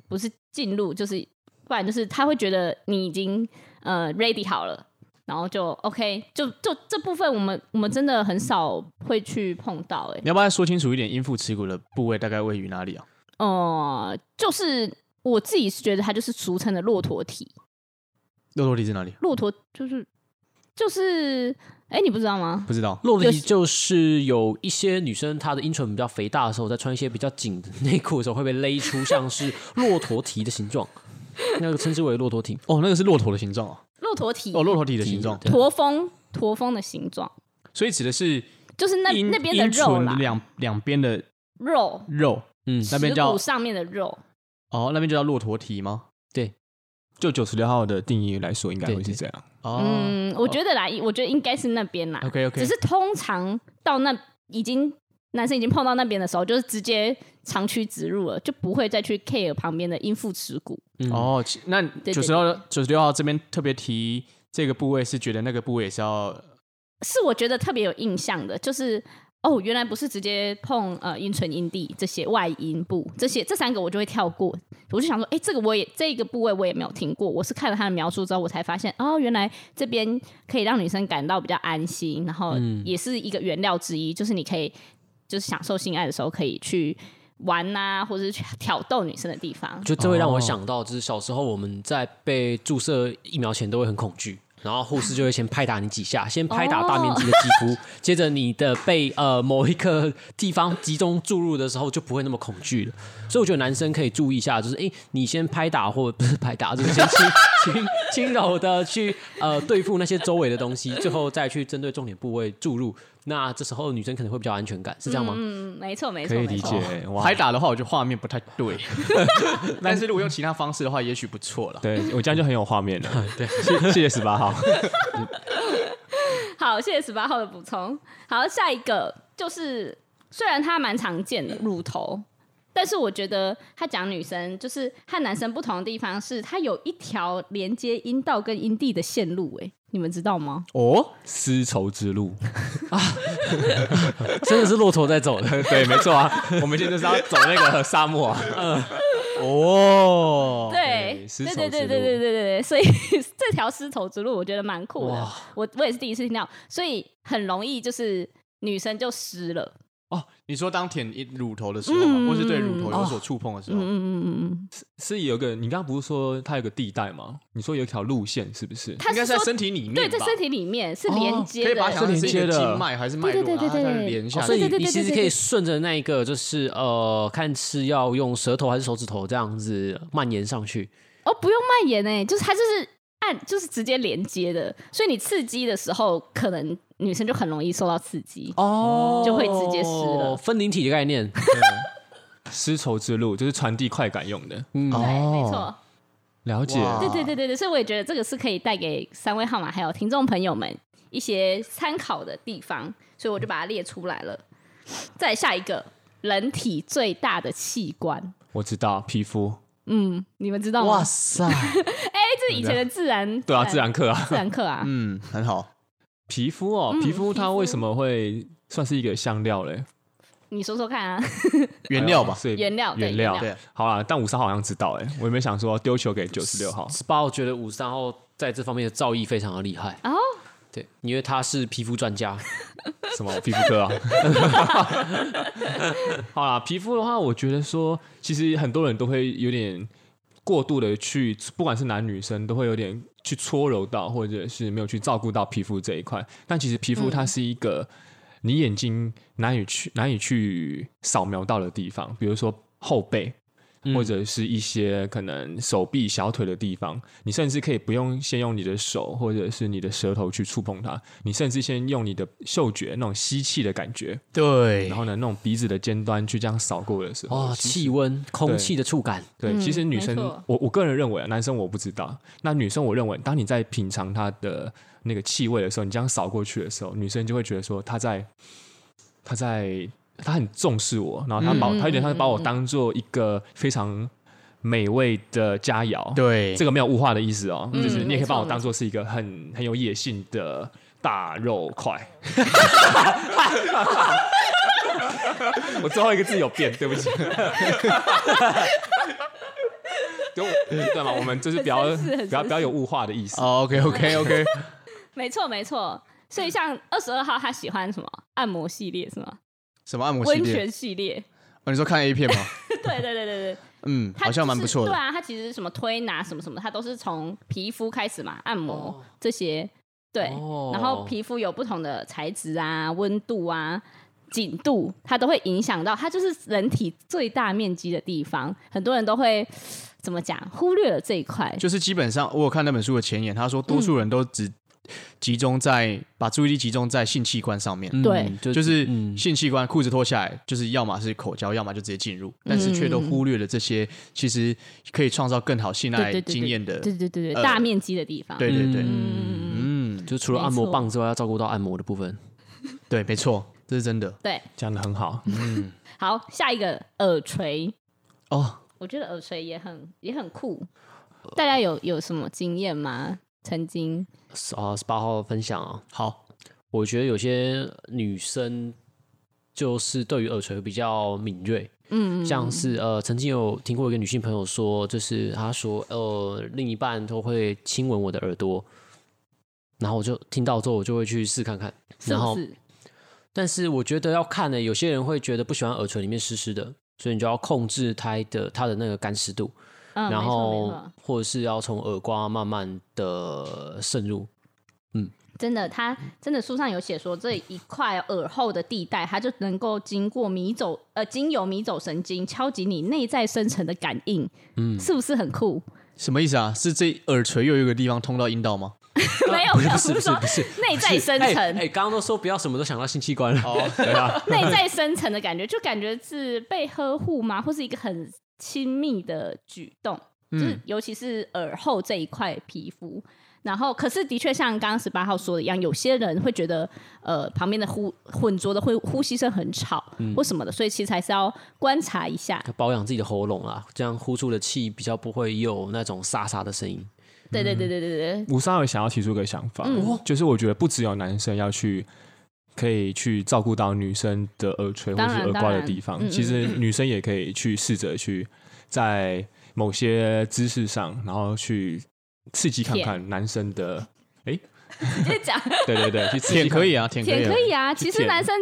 Speaker 1: 不是进入，就是不然就是他会觉得你已经呃 ready 好了，然后就 OK，就就这部分我们我们真的很少会去碰到、欸，哎，
Speaker 3: 你要不要说清楚一点？阴腹耻骨的部位大概位于哪里啊？
Speaker 1: 哦，就是我自己是觉得它就是俗称的骆驼体，
Speaker 3: 骆驼体是哪里？啊
Speaker 1: 骆驼就是就是，哎、你不知道吗？
Speaker 3: 不知道。
Speaker 2: 洛
Speaker 1: 就
Speaker 2: 丽
Speaker 1: 是
Speaker 2: 就是有一些女生，她的阴唇比较肥大的时候，在穿一些比较紧的内裤的时候，会被勒出像是骆驼蹄的形 状，那个称之为骆驼蹄。
Speaker 3: 哦，那个是骆驼的形状哦。
Speaker 1: 骆驼体，
Speaker 3: 哦，骆驼体的形状，
Speaker 2: 对
Speaker 1: 驼峰驼峰的形状，
Speaker 3: 所以指的是
Speaker 1: 就是那
Speaker 3: 阴
Speaker 1: 那边的
Speaker 3: 阴
Speaker 1: 肉
Speaker 3: 唇
Speaker 1: 啦，
Speaker 3: 两两边的
Speaker 1: 肉
Speaker 3: 肉，
Speaker 2: 嗯，
Speaker 3: 那边
Speaker 1: 耻
Speaker 3: 叫
Speaker 1: 骨上面的肉。
Speaker 3: 哦，那边就叫骆驼体吗？
Speaker 4: 就九十六号的定义来说，应该会是这样。
Speaker 3: 哦
Speaker 1: 嗯，我觉得啦，我觉得应该是那边啦。
Speaker 3: ，OK
Speaker 1: 只
Speaker 3: OK，
Speaker 1: 是通常到那已经男生已经碰到那边的时候，就是直接长驱直入了，就不会再去 care 旁边的阴腹耻骨。
Speaker 2: 嗯
Speaker 3: 哦，其那
Speaker 1: 对
Speaker 3: 九十六九十六号这边特别提这个部位，是觉得那个部位也是要
Speaker 1: 是我觉得特别有印象的，就是哦，原来不是直接碰呃阴唇、阴蒂这些外阴部这些这三个我就会跳过，我就想说，哎、这个我也这个部位我也没有听过，我是看了他的描述之后，我才发现哦，原来这边可以让女生感到比较安心，然后
Speaker 4: 嗯
Speaker 1: 也是一个原料之一，就是你可以就是享受性爱的时候可以去。玩呐、或者是去挑逗女生的地方，
Speaker 2: 就这会让
Speaker 4: 哦
Speaker 2: 我想到，就是小时候我们在被注射疫苗前都会很恐惧，然后护士就会先拍打你几下，先拍打大面积的肌
Speaker 4: 哦
Speaker 2: 肤， 接着你的被呃某一个地方集中注入的时候就不会那么恐惧了。所以我觉得男生可以注意一下，就是诶，你先拍打或不是拍打，就是先轻轻轻柔的去呃对付那些周围的东西，最后再去针对重点部位注入。那这时候女生可能会比较安全感，是这样吗？
Speaker 1: 嗯，没错，没错，
Speaker 4: 可以
Speaker 1: 没
Speaker 4: 理
Speaker 1: 错
Speaker 4: 解，哇
Speaker 3: 拍打的话，我觉得画面不太 对，但是如果用其他方式的话，也许不错了。
Speaker 4: 对我这样就很有画面 了。对，谢谢谢十八号。
Speaker 1: 好，谢谢十八号的补充。好，下一个就是，虽然它蛮常见的乳头，但是我觉得它讲女生就是和男生不同的地方是，它有一条连接阴道跟阴蒂的线路、欸，你们知道吗？
Speaker 4: 哦， 丝绸之路，
Speaker 2: 真的是骆驼在走的。
Speaker 4: 对，没错啊。我们现在就是要走那个沙漠啊。
Speaker 3: 哦，
Speaker 1: 对，
Speaker 4: 丝
Speaker 1: 对
Speaker 4: 绸
Speaker 1: 对对对
Speaker 4: 之
Speaker 1: 对对
Speaker 4: 路
Speaker 1: 对对，所以 这条丝绸之路我觉得蛮酷的
Speaker 2: 哇，
Speaker 1: 我我也是第一次听到，所以很容易就是女生就湿了，
Speaker 3: 哦，你说当舔一乳头的时候吗，
Speaker 1: 嗯
Speaker 3: 或是对乳头有所触碰的时
Speaker 1: 嗯嗯
Speaker 3: 候，
Speaker 1: 嗯嗯嗯，
Speaker 4: 是有个，你刚刚不是说它有个地带吗？你说有一条路线是不是？
Speaker 1: 它
Speaker 3: 应该
Speaker 1: 是
Speaker 3: 是在
Speaker 1: 说
Speaker 3: 身体里面吧，哦
Speaker 1: 对，在身体里面是连接
Speaker 3: 可以
Speaker 1: 的，
Speaker 3: 把它想象是一
Speaker 4: 是连接
Speaker 3: 个
Speaker 4: 的
Speaker 3: 经脉还是脉络，
Speaker 1: 对对对对对
Speaker 3: 然后它连下
Speaker 2: 哦
Speaker 3: 去。
Speaker 2: 所以
Speaker 1: 对对对
Speaker 2: 你其
Speaker 1: 对
Speaker 2: 实
Speaker 1: 对
Speaker 2: 可以
Speaker 1: 对
Speaker 2: 顺着那一个，就是呃，看是要用舌头还是手指头这样子蔓延上去。
Speaker 1: 哦，不用蔓延诶、就是它就是按就是直接连接的，所以你刺激的时候，可能女生就很容易受到刺激。
Speaker 2: 哦
Speaker 1: 就会直接湿了
Speaker 2: 分灵体的概念，
Speaker 4: 丝绸之路就是传递快感用的。
Speaker 1: 对，没错，
Speaker 3: 啊
Speaker 4: 了解，
Speaker 3: 哇
Speaker 1: 对对对对对，所以我也觉得这个是可以带给三位号码还有听众朋友们一些参考的地方，所以我就把它列出来了。再下一个，人体最大的器官，
Speaker 4: 我知道皮肤。
Speaker 1: 嗯，你们知道吗
Speaker 2: 哇？塞，
Speaker 1: 哎，这是以前的自然
Speaker 4: 对啊，自然课啊，
Speaker 1: 自然课啊，
Speaker 3: 嗯，很好。
Speaker 4: 皮肤哦，
Speaker 1: 嗯
Speaker 4: 皮肤
Speaker 1: 皮
Speaker 4: 它
Speaker 1: 肤
Speaker 4: 为什么会算是一个香料嘞？
Speaker 1: 你说说看啊，
Speaker 3: 原料吧，
Speaker 4: 所以
Speaker 1: 原料对
Speaker 4: 原料
Speaker 1: 原
Speaker 3: 料对。
Speaker 4: 好啦，但五三号好像知道哎，我原本想说丢球给九十六号，
Speaker 2: 十八，我觉得五三号在这方面的造诣非常的厉害。
Speaker 1: 哦，
Speaker 2: 对，因为他是皮肤 专家，
Speaker 4: 什么皮肤科啊？啊 好啦，皮肤的话，我觉得说，其实很多人都会有点过度的去，不管是男女生，都会有点去搓揉到，或者是没有去照顾到皮肤这一块。但其实皮肤它是一个你眼睛难以去难以去扫描到的地方，比如说后背。或者是一些可能手臂、小腿的地方，你甚至可以不用先用你的手或者是你的舌头去触碰它，你甚至先用你的嗅觉那种吸气的感觉，
Speaker 3: 对
Speaker 4: 然后呢，那种鼻子的尖端去这样扫过的时候，
Speaker 2: 哦，
Speaker 4: 其实
Speaker 2: 气温、空气的触感，
Speaker 4: 对，其实
Speaker 1: 嗯
Speaker 4: 女
Speaker 1: 没
Speaker 4: 生，
Speaker 1: 错
Speaker 4: 我我个人认为啊，男生我不知道，那女生我认为，当你在品尝它的那个气味的时候，你这样扫过去的时候，女生就会觉得说她在她在他很重视我，然后他把
Speaker 1: 嗯
Speaker 4: 我、他有点像是把我当做一个非常美味的佳肴。
Speaker 3: 对，
Speaker 4: 这个没有物化的意思哦，
Speaker 1: 嗯
Speaker 4: 就是你也可以把我
Speaker 1: 没错
Speaker 4: 当做是一个很很有野性的大肉块。 我最后一个字有变，对 不起。就对嘛，我们就是比较
Speaker 1: 很绅士很
Speaker 4: 比较
Speaker 1: 绅士
Speaker 4: 比较有物化的意思。
Speaker 3: 哦，OK OK OK，
Speaker 1: 没错没错。所以像二十二号，他喜欢什么按摩系列是吗？
Speaker 3: 什么按摩系
Speaker 1: 温
Speaker 3: 列？
Speaker 1: 泉系列，
Speaker 3: 哦，你说看 A 片 吗？
Speaker 1: 对对对对 对，
Speaker 3: 嗯，
Speaker 1: 他
Speaker 3: 好像蛮
Speaker 1: 就
Speaker 3: 不
Speaker 1: 是
Speaker 3: 错的
Speaker 1: 对。啊，他其实什么推拿什么什么，他都是从皮肤开始嘛，按摩、这些。对，
Speaker 2: 哦
Speaker 1: 然后皮肤有不同的材质啊、温度啊、紧度，它都会影响到，它就是人体最大面积的地方。很多人都会怎么讲，忽略了这一块。
Speaker 3: 就是基本上，我有看那本书的前言，他说多数人都只集中在、把注意力集中在性器官上面，
Speaker 1: 对
Speaker 2: 嗯就
Speaker 3: 就是
Speaker 2: 嗯
Speaker 3: 性器官裤子脱下来，就是要么是口交，要么就直接
Speaker 1: 嗯
Speaker 3: 进入，但是却都忽略了这些其实可以创造更好性
Speaker 1: 对
Speaker 3: 爱
Speaker 1: 对对对
Speaker 3: 经验的。
Speaker 1: 对对对对，
Speaker 3: 呃
Speaker 1: 大面积的地方。
Speaker 3: 对对对，
Speaker 1: 嗯，
Speaker 3: 嗯，
Speaker 2: 就除了
Speaker 1: 没
Speaker 2: 按摩
Speaker 1: 错
Speaker 2: 棒之外，要照顾到按摩的部分。
Speaker 3: 对，没错，这是真的
Speaker 1: 对。
Speaker 4: 讲的很好，
Speaker 1: 好，下一个耳垂，
Speaker 3: 哦。
Speaker 1: 我觉得耳垂也很也很酷。大家有有什么经验吗？曾经
Speaker 2: 啊，十八号分享啊，
Speaker 3: 好，
Speaker 2: 我觉得有些女生就是对于耳垂比较敏锐，嗯，像是呃，曾经有听过一个女性朋友说，就是她说呃，另一半都会亲吻我的耳朵，然后我就听到之后，我就会去试看看，
Speaker 1: 是
Speaker 2: 然后
Speaker 1: 不是？
Speaker 2: 但是我觉得要看呢、有些人会觉得不喜欢耳垂里面湿湿的，所以你就要控制它的它的那个干湿度，
Speaker 1: 嗯，
Speaker 2: 然
Speaker 1: 没错没
Speaker 2: 后
Speaker 1: 错
Speaker 2: 或者是要从耳瓜慢慢的 渗入，
Speaker 1: 真的，它真的书上有写说，这一块耳后的地带，它就能够经过迷走呃，经由迷走神经敲击你内在深层的感应，嗯，是不是很酷？
Speaker 3: 什么意思啊？是这耳垂又有一个地方通到阴道吗？
Speaker 1: 没有，没有，
Speaker 2: 不是
Speaker 1: 我
Speaker 2: 不是
Speaker 1: 说
Speaker 2: 不是
Speaker 1: 内在深
Speaker 2: 哎
Speaker 1: 层，
Speaker 2: 哎，刚刚都说不要什么都想到性器官了，
Speaker 3: 哦，对啊，
Speaker 1: 内在深层的感觉，就感觉是被呵护吗？或是一个很亲密的举动，就是
Speaker 3: 嗯
Speaker 1: 尤其是耳后这一块皮肤。然后，可是的确像刚刚十八号说的一样，有些人会觉得，呃，旁边的呼混浊的呼呼吸声很吵、
Speaker 3: 嗯
Speaker 1: 或什么的，所以其实还是要观察一下。
Speaker 2: 保养自己的喉咙啊，这样呼出的气比较不会有那种沙沙的声音。
Speaker 1: 对
Speaker 3: 嗯
Speaker 1: 对对对对对，
Speaker 4: 吴三尔想要提出一个想法，
Speaker 1: 嗯
Speaker 3: 哦
Speaker 4: 就是我觉得不只有男生要去可以去照顾到女生的耳垂或
Speaker 1: 当
Speaker 4: 是
Speaker 1: 然
Speaker 4: 耳
Speaker 1: 当
Speaker 4: 瓜的
Speaker 1: 然
Speaker 4: 地方，
Speaker 1: 嗯嗯
Speaker 4: 其实女生也可以去试着去在某些姿势上，然后去刺激看看男生的，
Speaker 1: 直接 讲
Speaker 4: 对对对，去刺
Speaker 3: 舔
Speaker 4: 激看
Speaker 3: 可以啊，舔可以
Speaker 1: 舔
Speaker 3: 啊，
Speaker 1: 可以啊。其实
Speaker 4: 舔
Speaker 1: 男生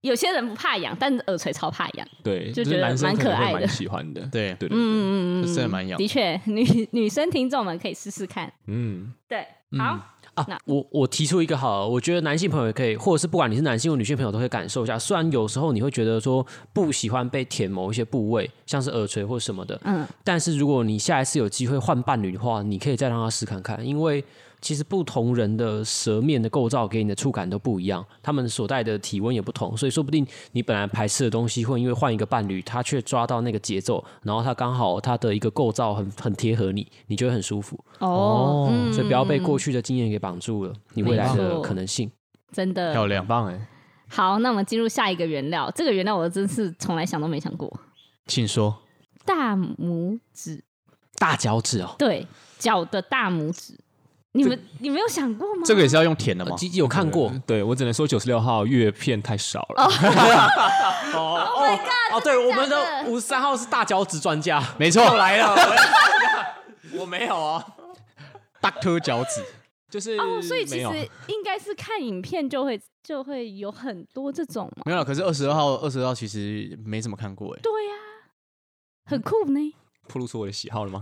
Speaker 1: 有些人不怕痒，但耳垂超怕痒。
Speaker 4: 对，
Speaker 1: 就觉
Speaker 4: 是
Speaker 1: 得
Speaker 4: 男生
Speaker 1: 蛮
Speaker 4: 可
Speaker 1: 可
Speaker 4: 能会
Speaker 1: 爱的
Speaker 4: 蛮喜欢的，
Speaker 3: 对
Speaker 4: 对
Speaker 1: 嗯
Speaker 4: 对，
Speaker 1: 嗯嗯
Speaker 3: 这
Speaker 1: 嗯，
Speaker 3: 真的蛮痒
Speaker 1: 的确，女女生听众们可以试试看。
Speaker 4: 嗯，
Speaker 1: 对，好，那
Speaker 2: 啊，我我提出一个好了，我觉得男性朋友也可以，或者是不管你是男性或女性朋友，都可以感受一下。虽然有时候你会觉得说不喜欢被舔某一些部位，像是耳垂或什么的，
Speaker 1: 嗯，
Speaker 2: 但是如果你下一次有机会换伴侣的话，你可以再让他试看看，因为其实不同人的舌面的构造给你的触感都不一样，他们所带的体温也不同，所以说不定你本来排斥的东西，会因为换一个伴侣，他却抓到那个节奏，然后他刚好他的一个构造很很贴合你，你就会很舒服。
Speaker 1: 哦，嗯
Speaker 2: 所以不要被过去的经验给绑住了，你未来的可能性。
Speaker 1: 真的
Speaker 3: 漂亮
Speaker 4: 很。棒哎，
Speaker 1: 好。那我们进入下一个原料，这个原料我真是从来想都没想过，
Speaker 3: 请
Speaker 1: 哦
Speaker 3: 说，
Speaker 1: 大拇指，
Speaker 2: 大脚趾哦，
Speaker 1: 对，脚的大拇指，你们你没有想过吗？
Speaker 3: 这个也是要用舔
Speaker 1: 呃
Speaker 3: 的吗？
Speaker 2: 吉吉有看过
Speaker 4: 对我只能说九十六号月片太少了，
Speaker 2: 哦，对，我们
Speaker 1: 假
Speaker 2: 的
Speaker 1: 的
Speaker 2: 五十三号是大脚趾专家，
Speaker 3: 没错，
Speaker 2: 来了，
Speaker 3: 我没有啊，Doctor 脚趾，
Speaker 4: 就是
Speaker 1: 哦，所以其
Speaker 4: 没有
Speaker 1: 实应该是看影片就会就会有很多这种嘛。
Speaker 3: 没有啦。可是二十二号，二十二号其实没怎么看过哎。
Speaker 1: 对啊呀、很酷呢。
Speaker 4: 暴露出我的喜 好了吗？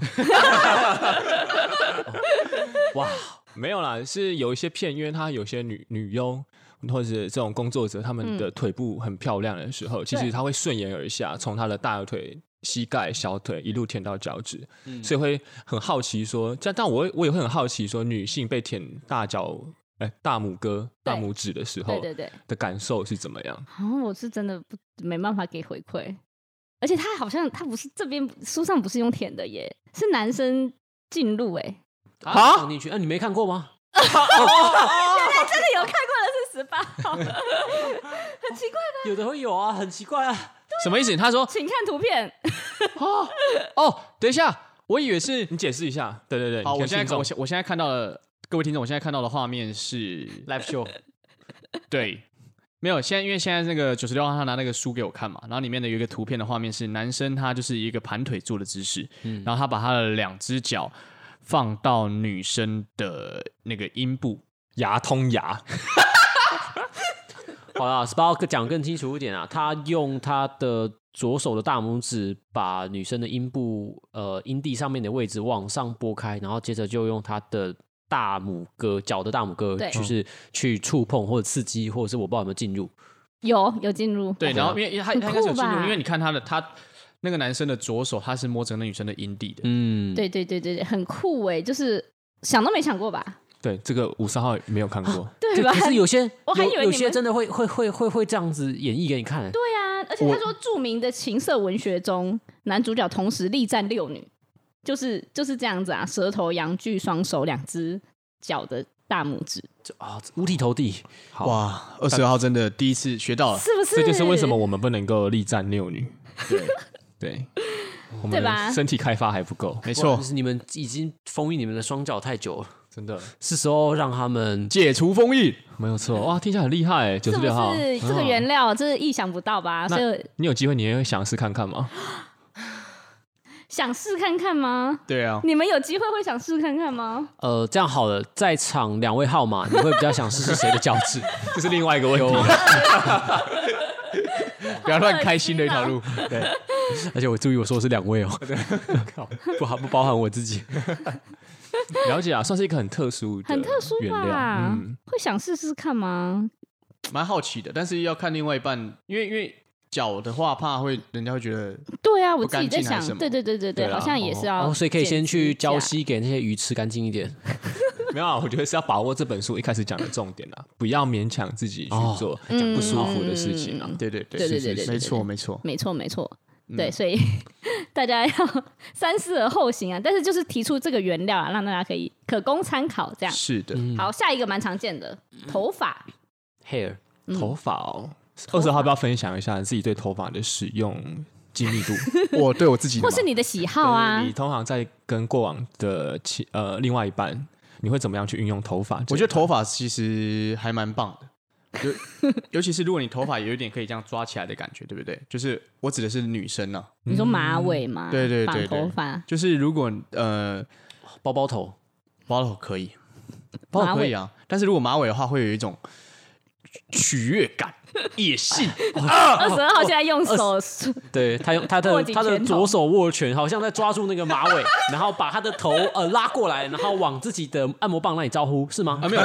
Speaker 4: 哦
Speaker 2: 哇，
Speaker 4: 没有啦，是有一些片，因为她有些女女优或者是这种工作者，她们的腿部很漂亮的时
Speaker 3: 嗯
Speaker 4: 候，其实她会顺延而下，从她的大腿、膝盖、小腿一路舔到脚趾，
Speaker 3: 嗯
Speaker 4: 所以会很好奇说，但但我会我也会很好奇说，女性被舔大脚。哎，大拇哥、
Speaker 1: 对
Speaker 4: 大拇指的时
Speaker 1: 对
Speaker 4: 候
Speaker 1: 对对，
Speaker 4: 的感受是怎么样？
Speaker 1: 好像我是真的不没办法给回馈，而且他好像他不是这边书上不是用舔的耶，是男生进入哎，
Speaker 2: 啊，放进去，啊，你没看过吗？
Speaker 1: 哦真的有看过的是十八号，很奇怪，
Speaker 2: 有的会有啊，很奇怪啊。
Speaker 3: 什么意思？他说
Speaker 1: 请看图片。
Speaker 3: 哦，等一下，我以为是
Speaker 4: 你解释一下。对对对，
Speaker 3: 好，
Speaker 4: 你
Speaker 3: 我
Speaker 4: 跟
Speaker 3: 现
Speaker 4: 听
Speaker 3: 在
Speaker 4: 众
Speaker 3: 我现我现在看到了各位听众，我现在看到的画面是
Speaker 2: Live show，
Speaker 3: 对，没有。现在因为现在那个九十六号他拿那个书给我看嘛，然后里面的有一个图片的画面是男生他就是一个盘腿坐的姿势，然后他把他的两只脚放到女生的那个阴部，
Speaker 4: 牙通牙，
Speaker 2: 好啦，十八号讲更清楚一点啊，他用他的左手的大拇指把女生的阴部呃阴蒂上面的位置往上拨开，然后接着就用他的大拇哥脚的大拇哥，
Speaker 1: 对
Speaker 2: 就是去触碰或者刺激，或者是我不知道有没有进入。
Speaker 1: 有有进入，
Speaker 3: 对，然后因为因为他他应该是有进
Speaker 1: 很酷
Speaker 3: 入，
Speaker 1: 吧
Speaker 3: 因为你看他的他那个男生的左手他是摸着那女生的阴蒂的，
Speaker 2: 嗯，
Speaker 1: 对对对对对，很酷哎，就是想都没想过吧？
Speaker 4: 对，这个五十号没有看过，
Speaker 1: 对
Speaker 2: 可
Speaker 1: 吧？
Speaker 2: 可是有些
Speaker 1: 我还以为
Speaker 2: 有
Speaker 1: 你
Speaker 2: 有
Speaker 1: 们
Speaker 2: 些真的会会会会会这样子演绎给你看、欸，
Speaker 1: 对啊，而且他说著名的情色文学中，男主角同时力战六女，就是就是这样子啊，舌头阳具，双手两只脚的大拇指，
Speaker 2: 啊，五体投地。好
Speaker 3: 嗯哇，二十二号真的第一次学到了，
Speaker 1: 是不是？
Speaker 4: 这就是为什么我们不能够力战六女，
Speaker 3: 对，
Speaker 4: 对，我
Speaker 1: 对
Speaker 4: 们
Speaker 1: 吧
Speaker 4: 的身体开发还不够，
Speaker 3: 没
Speaker 2: 哇
Speaker 3: 错
Speaker 2: 就，是你们已经封印你们的双脚太久了，
Speaker 4: 真的
Speaker 2: 是时候让他们
Speaker 3: 解除封印。
Speaker 4: 没有错。哇，听起来很厉害，九
Speaker 1: 是
Speaker 4: 十
Speaker 1: 不
Speaker 4: 六号，嗯
Speaker 1: 是这
Speaker 4: 很
Speaker 1: 个
Speaker 4: 好
Speaker 1: 原料，这是意想不到吧？所以
Speaker 4: 你有机会你也会想试看 看吗？
Speaker 1: 想试看看吗？
Speaker 3: 对 啊，
Speaker 1: 你们有机会会想试看看吗？
Speaker 2: 呃，这样好了，在场两位号码，你会比较想试试谁的脚 趾？
Speaker 4: 这是另外一个问题。
Speaker 3: 不要乱开新的一条路。
Speaker 2: 而且我注意我说的是两位哦， 不含不包含我自己。
Speaker 4: 了解啊，算是一个很特殊的
Speaker 1: 很特殊
Speaker 4: 原料。
Speaker 1: 吧？
Speaker 4: 嗯，
Speaker 1: 会想试试看吗？
Speaker 3: 蛮好奇的，但是要看另外一半，因为因为脚的话，怕会人家会觉得
Speaker 1: 对啊，我
Speaker 3: 不
Speaker 1: 自己
Speaker 3: 干
Speaker 1: 在
Speaker 3: 净
Speaker 1: 想
Speaker 3: 还是什，么
Speaker 1: 对对对对对，
Speaker 3: 对
Speaker 1: 好
Speaker 3: 啊
Speaker 1: 像也是要、
Speaker 2: 哦，所以可以先去礁。溪给那些鱼吃干净一点。
Speaker 4: 没有啊，我觉得是要把握这本书一开始讲的重点啦，不要勉强自己去
Speaker 2: 哦嗯
Speaker 4: 做
Speaker 1: 嗯
Speaker 4: 不舒服的事情啊。对对
Speaker 1: 对对对
Speaker 4: 是是
Speaker 1: 对
Speaker 4: 是
Speaker 1: 对
Speaker 3: 没错没错，
Speaker 1: 没错没错，
Speaker 3: 嗯
Speaker 1: 对，所以 大家要三思而后行啊。但是就是提出这个原料啊，让大家可以可供参考。这样
Speaker 3: 是的，
Speaker 2: 嗯
Speaker 1: 好，下一个蛮常见的
Speaker 3: 嗯
Speaker 1: 头发，
Speaker 2: Hair，
Speaker 4: 头发哦，二十号要不要分享一下自己对头发的使用精密 度？
Speaker 3: 我对我自己的
Speaker 1: 或
Speaker 3: 嘛，
Speaker 1: 是你的喜好啊
Speaker 4: 就是你，通常在跟过往的其呃另外一半，你会怎么样去运用头发？
Speaker 3: 我觉得头发其实还蛮棒的。 尤尤其是如果你头发有一点可以这样抓起来的感觉，对不对？就是我指的是女生呢、啊，
Speaker 1: 你说马尾嘛，
Speaker 3: 嗯对对对对
Speaker 1: 绑头发，
Speaker 3: 就是如果呃
Speaker 2: 包包头，
Speaker 3: 包头可以，包
Speaker 1: 马
Speaker 3: 头可以
Speaker 1: 尾
Speaker 3: 啊，但是如果马尾的话，会有一种取悦感、野 性，哦
Speaker 1: 二十二号现在用手，
Speaker 2: 对他用他
Speaker 1: 握
Speaker 2: 的
Speaker 1: 紧
Speaker 2: 他的
Speaker 1: 拳头
Speaker 2: 左手握拳，好像在抓住那个马尾， 然后把他的头呃拉过来，然后往自己的按摩棒那里招呼，是吗？
Speaker 3: 啊，没有。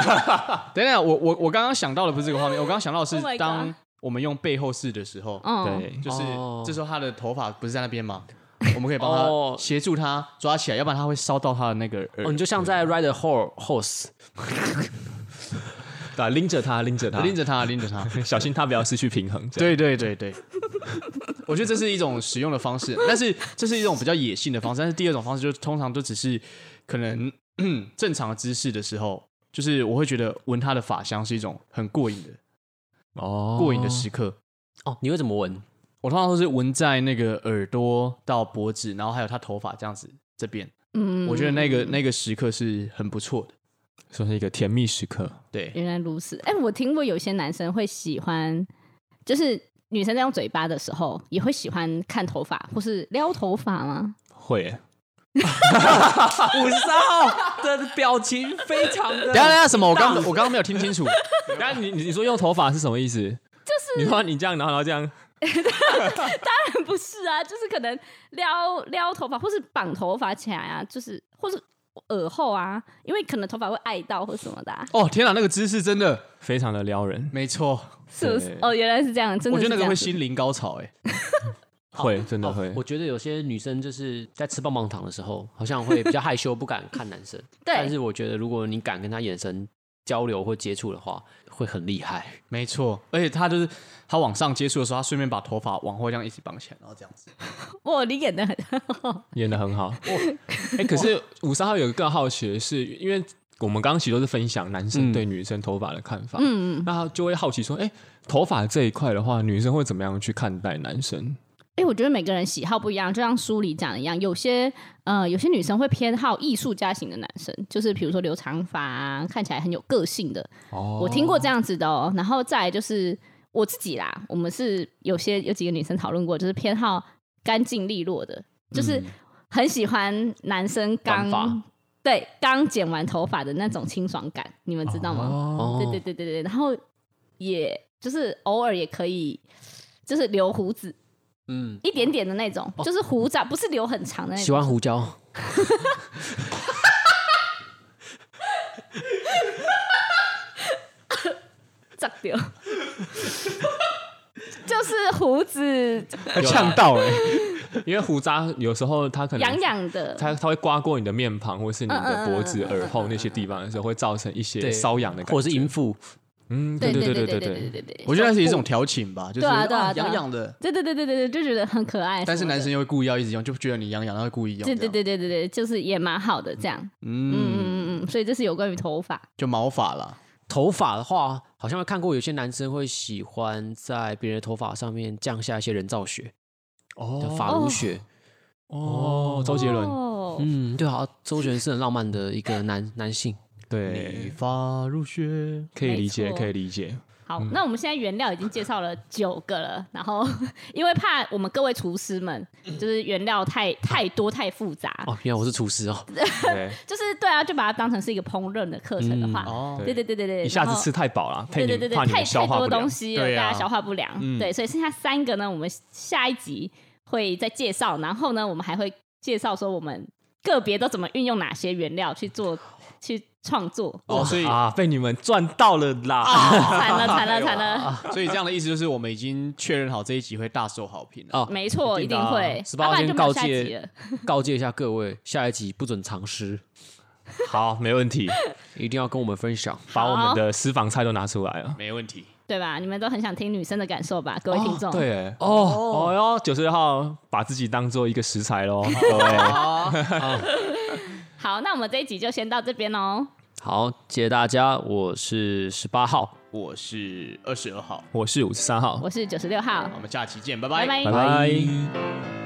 Speaker 3: 等等，我我我刚刚想到的不是这个画面，我刚刚想到的
Speaker 1: Oh my God
Speaker 3: 是当我们用背后式的时候，
Speaker 1: 嗯，
Speaker 4: 对，
Speaker 3: 就是
Speaker 2: 哦
Speaker 3: 这时候他的头发不是在那边吗？ 我们可以帮
Speaker 2: 哦
Speaker 3: 他协助他抓起来，要不然他会烧到他的那个耳。
Speaker 2: 哦，你就像在 ride a horse horse，
Speaker 4: 对啊，拎着它，拎着它，
Speaker 3: 拎 着他，拎着他。
Speaker 4: 小心它不要失去平衡。这样，
Speaker 3: 对对对 对，我觉得这是一种使用的方式，但是这是一种比较野性的方式。但是第二种方式就是通常都只是 可能正常的姿势的时候，就是我会觉得闻他的发香是一种很过瘾的
Speaker 4: 哦
Speaker 3: 过瘾的时刻。
Speaker 2: 哦，你会怎么闻？
Speaker 3: 我通常都是闻在那个耳朵到脖子，然后还有他头发这样子这边，
Speaker 1: 嗯，
Speaker 3: 我觉得那个那个时刻是很不错的。
Speaker 4: 算是一个甜蜜时刻。
Speaker 3: 对，
Speaker 1: 原来如此。哎、我听过有些男生会喜欢，就是女生在用嘴巴的时候，也会喜欢看头发或是撩头发吗？
Speaker 4: 会耶，
Speaker 2: 五十 号的表情非常的
Speaker 3: 等一下等一下什么？我刚我刚刚没有听清楚。
Speaker 4: 那你你你说用头发是什么意思？就是你说你这样，然后然后这样，
Speaker 1: 不是啊，就是可能撩撩头发，或是绑头发起来啊，就是或是耳后啊，因为可能头发会爱到或什么的、啊，
Speaker 3: 哦天哪，那个姿势真的
Speaker 4: 非常的撩人，
Speaker 3: 没错，
Speaker 1: 是不是？哦，原来是这样，真
Speaker 3: 我
Speaker 1: 的
Speaker 3: 觉
Speaker 1: 是
Speaker 3: 得那
Speaker 1: 这
Speaker 3: 个
Speaker 1: 样
Speaker 3: 会
Speaker 1: 子
Speaker 3: 心灵高潮哎、
Speaker 4: 会真的
Speaker 2: 哦
Speaker 4: 会。
Speaker 2: 我觉得有些女生就是在吃棒棒糖的时候，好像会比较害羞，不敢看男生。但
Speaker 1: 对
Speaker 2: 是我觉得，如果你敢跟他眼神交流或接触的话，会很厉害。
Speaker 3: 没错，而且他就是他往上接触的时候，他顺便把头发往后这样一起绑起来，然后这样子。
Speaker 1: 哇，你演的很
Speaker 4: 演的很好。哎、可是五三号有一个更好奇的是，因为我们刚刚其实都是分享男生对女生头发的看法，嗯嗯，那就会好奇说，哎、头发这一块的话，女生会怎么样去看待男生？
Speaker 1: 哎、我觉得每个人喜好不一样，就像书里讲的一样，有些呃，有些女生会偏好艺术家型的男生，就是比如说留长发啊，看起来很有个性的。哦，我听过这样子的哦。然后再来就是我自己啦，我们是有些有几个女生讨论过，就是偏好干净利落的，就是很喜欢男生
Speaker 2: 嗯短发
Speaker 1: 刚对刚剪完头发的那种清爽感，你们知道吗？
Speaker 2: 哦
Speaker 1: 对对对对对，然后也就是偶尔也可以，就是留胡子，
Speaker 2: 嗯，
Speaker 1: 一点点的那
Speaker 3: 哦
Speaker 1: 种，就是胡渣，不是留很长的那
Speaker 2: 喜
Speaker 1: 种。
Speaker 2: 欢胡椒，
Speaker 1: 炸掉， 就是胡子
Speaker 4: 呛
Speaker 2: 啊
Speaker 4: 到哎、因为胡渣有时候它可能
Speaker 1: 痒痒的，
Speaker 4: 它它会刮过你的面庞，或是你的脖子、耳后那些地方的时候，会造成一些
Speaker 2: 对
Speaker 4: 瘙痒的感觉，
Speaker 2: 或者是淫妇，
Speaker 4: 嗯，
Speaker 1: 对
Speaker 4: 对
Speaker 1: 对
Speaker 4: 对
Speaker 1: 对
Speaker 4: 对
Speaker 1: 对
Speaker 4: 对，
Speaker 1: 对对，
Speaker 3: 我觉得那是一种调情吧，就是
Speaker 1: 对啊对啊
Speaker 3: 啊
Speaker 1: 对啊
Speaker 3: 痒痒的，
Speaker 1: 对对对对对对，就觉得很可爱。
Speaker 3: 但是
Speaker 1: 什么的
Speaker 3: 男生又会故意要一直用，就觉得你痒痒，他会故意用。
Speaker 1: 对对，对对对对，就是也蛮好的这样。嗯嗯嗯嗯，所以这是有关于头发，
Speaker 3: 就毛发啦。
Speaker 2: 头发的话，好像会看过有些男生会喜欢在别人的头发上面降下一些人造雪，叫
Speaker 4: 哦
Speaker 2: 发如雪。
Speaker 4: 哦，周杰伦，
Speaker 1: 哦，
Speaker 2: 嗯，对啊，周杰伦是很浪漫的一个男 男性。
Speaker 4: 对，
Speaker 3: 发如雪，
Speaker 4: 可以理解，
Speaker 1: 没错
Speaker 4: 可以理解。
Speaker 1: 好，
Speaker 3: 嗯
Speaker 1: 那我们现在原料已经介绍了九个了，然后 因为怕我们各位厨师们
Speaker 3: 嗯
Speaker 1: 就是原料太太多太复杂，
Speaker 2: 哦，原来我是厨师哦。
Speaker 4: 对，
Speaker 1: 就是对啊，就把它当成是一个烹饪的课程的话，
Speaker 3: 哦
Speaker 1: 对对对对对，
Speaker 4: 一下
Speaker 1: 然
Speaker 4: 子
Speaker 1: 后
Speaker 4: 吃太饱了，怕
Speaker 1: 对
Speaker 4: 你
Speaker 1: 对对
Speaker 4: 怕
Speaker 1: 对，
Speaker 4: 你们
Speaker 1: 太
Speaker 4: 消
Speaker 1: 太
Speaker 4: 化
Speaker 1: 多
Speaker 4: 不了
Speaker 1: 东。西了，
Speaker 3: 对啊
Speaker 1: 大家消化不良，对，所以剩下三个呢，我们下一集会再介绍，然后呢，我们还会介绍说我们个别都怎么运用哪些原料去做去创作，
Speaker 3: 哦，所以啊
Speaker 4: 啊，被你们赚到了啦！
Speaker 1: 惨了惨了惨 了，
Speaker 3: 所以这样的意思就是，我们已经确认好这一集会大受好评了。
Speaker 2: 啊，
Speaker 1: 没错，一定会，
Speaker 2: 十
Speaker 1: 要不
Speaker 2: 八
Speaker 1: 然
Speaker 2: 天
Speaker 1: 就没
Speaker 2: 告
Speaker 1: 有下一集了
Speaker 2: 诫。告诫一下各位，下一集不准藏尸，
Speaker 4: 好，没问 题，
Speaker 2: 一定要跟我们分享。
Speaker 4: 把我们的私房菜都拿出来了。
Speaker 3: 没问题，
Speaker 1: 对吧？你们都很想听女生的感受吧，各位听众。
Speaker 4: 对，哎哦，哦哟，九十六号把自己当做一个食材 喽，各位，
Speaker 1: 好，那我们这一集就先到这边哦喽。
Speaker 2: 好，谢谢大家，我是十八号。
Speaker 3: 我是二十二号，
Speaker 4: 我是五十三号，
Speaker 1: 我是九十六号
Speaker 3: 我，们下期见，拜
Speaker 1: 拜
Speaker 3: 拜。
Speaker 4: 拜拜。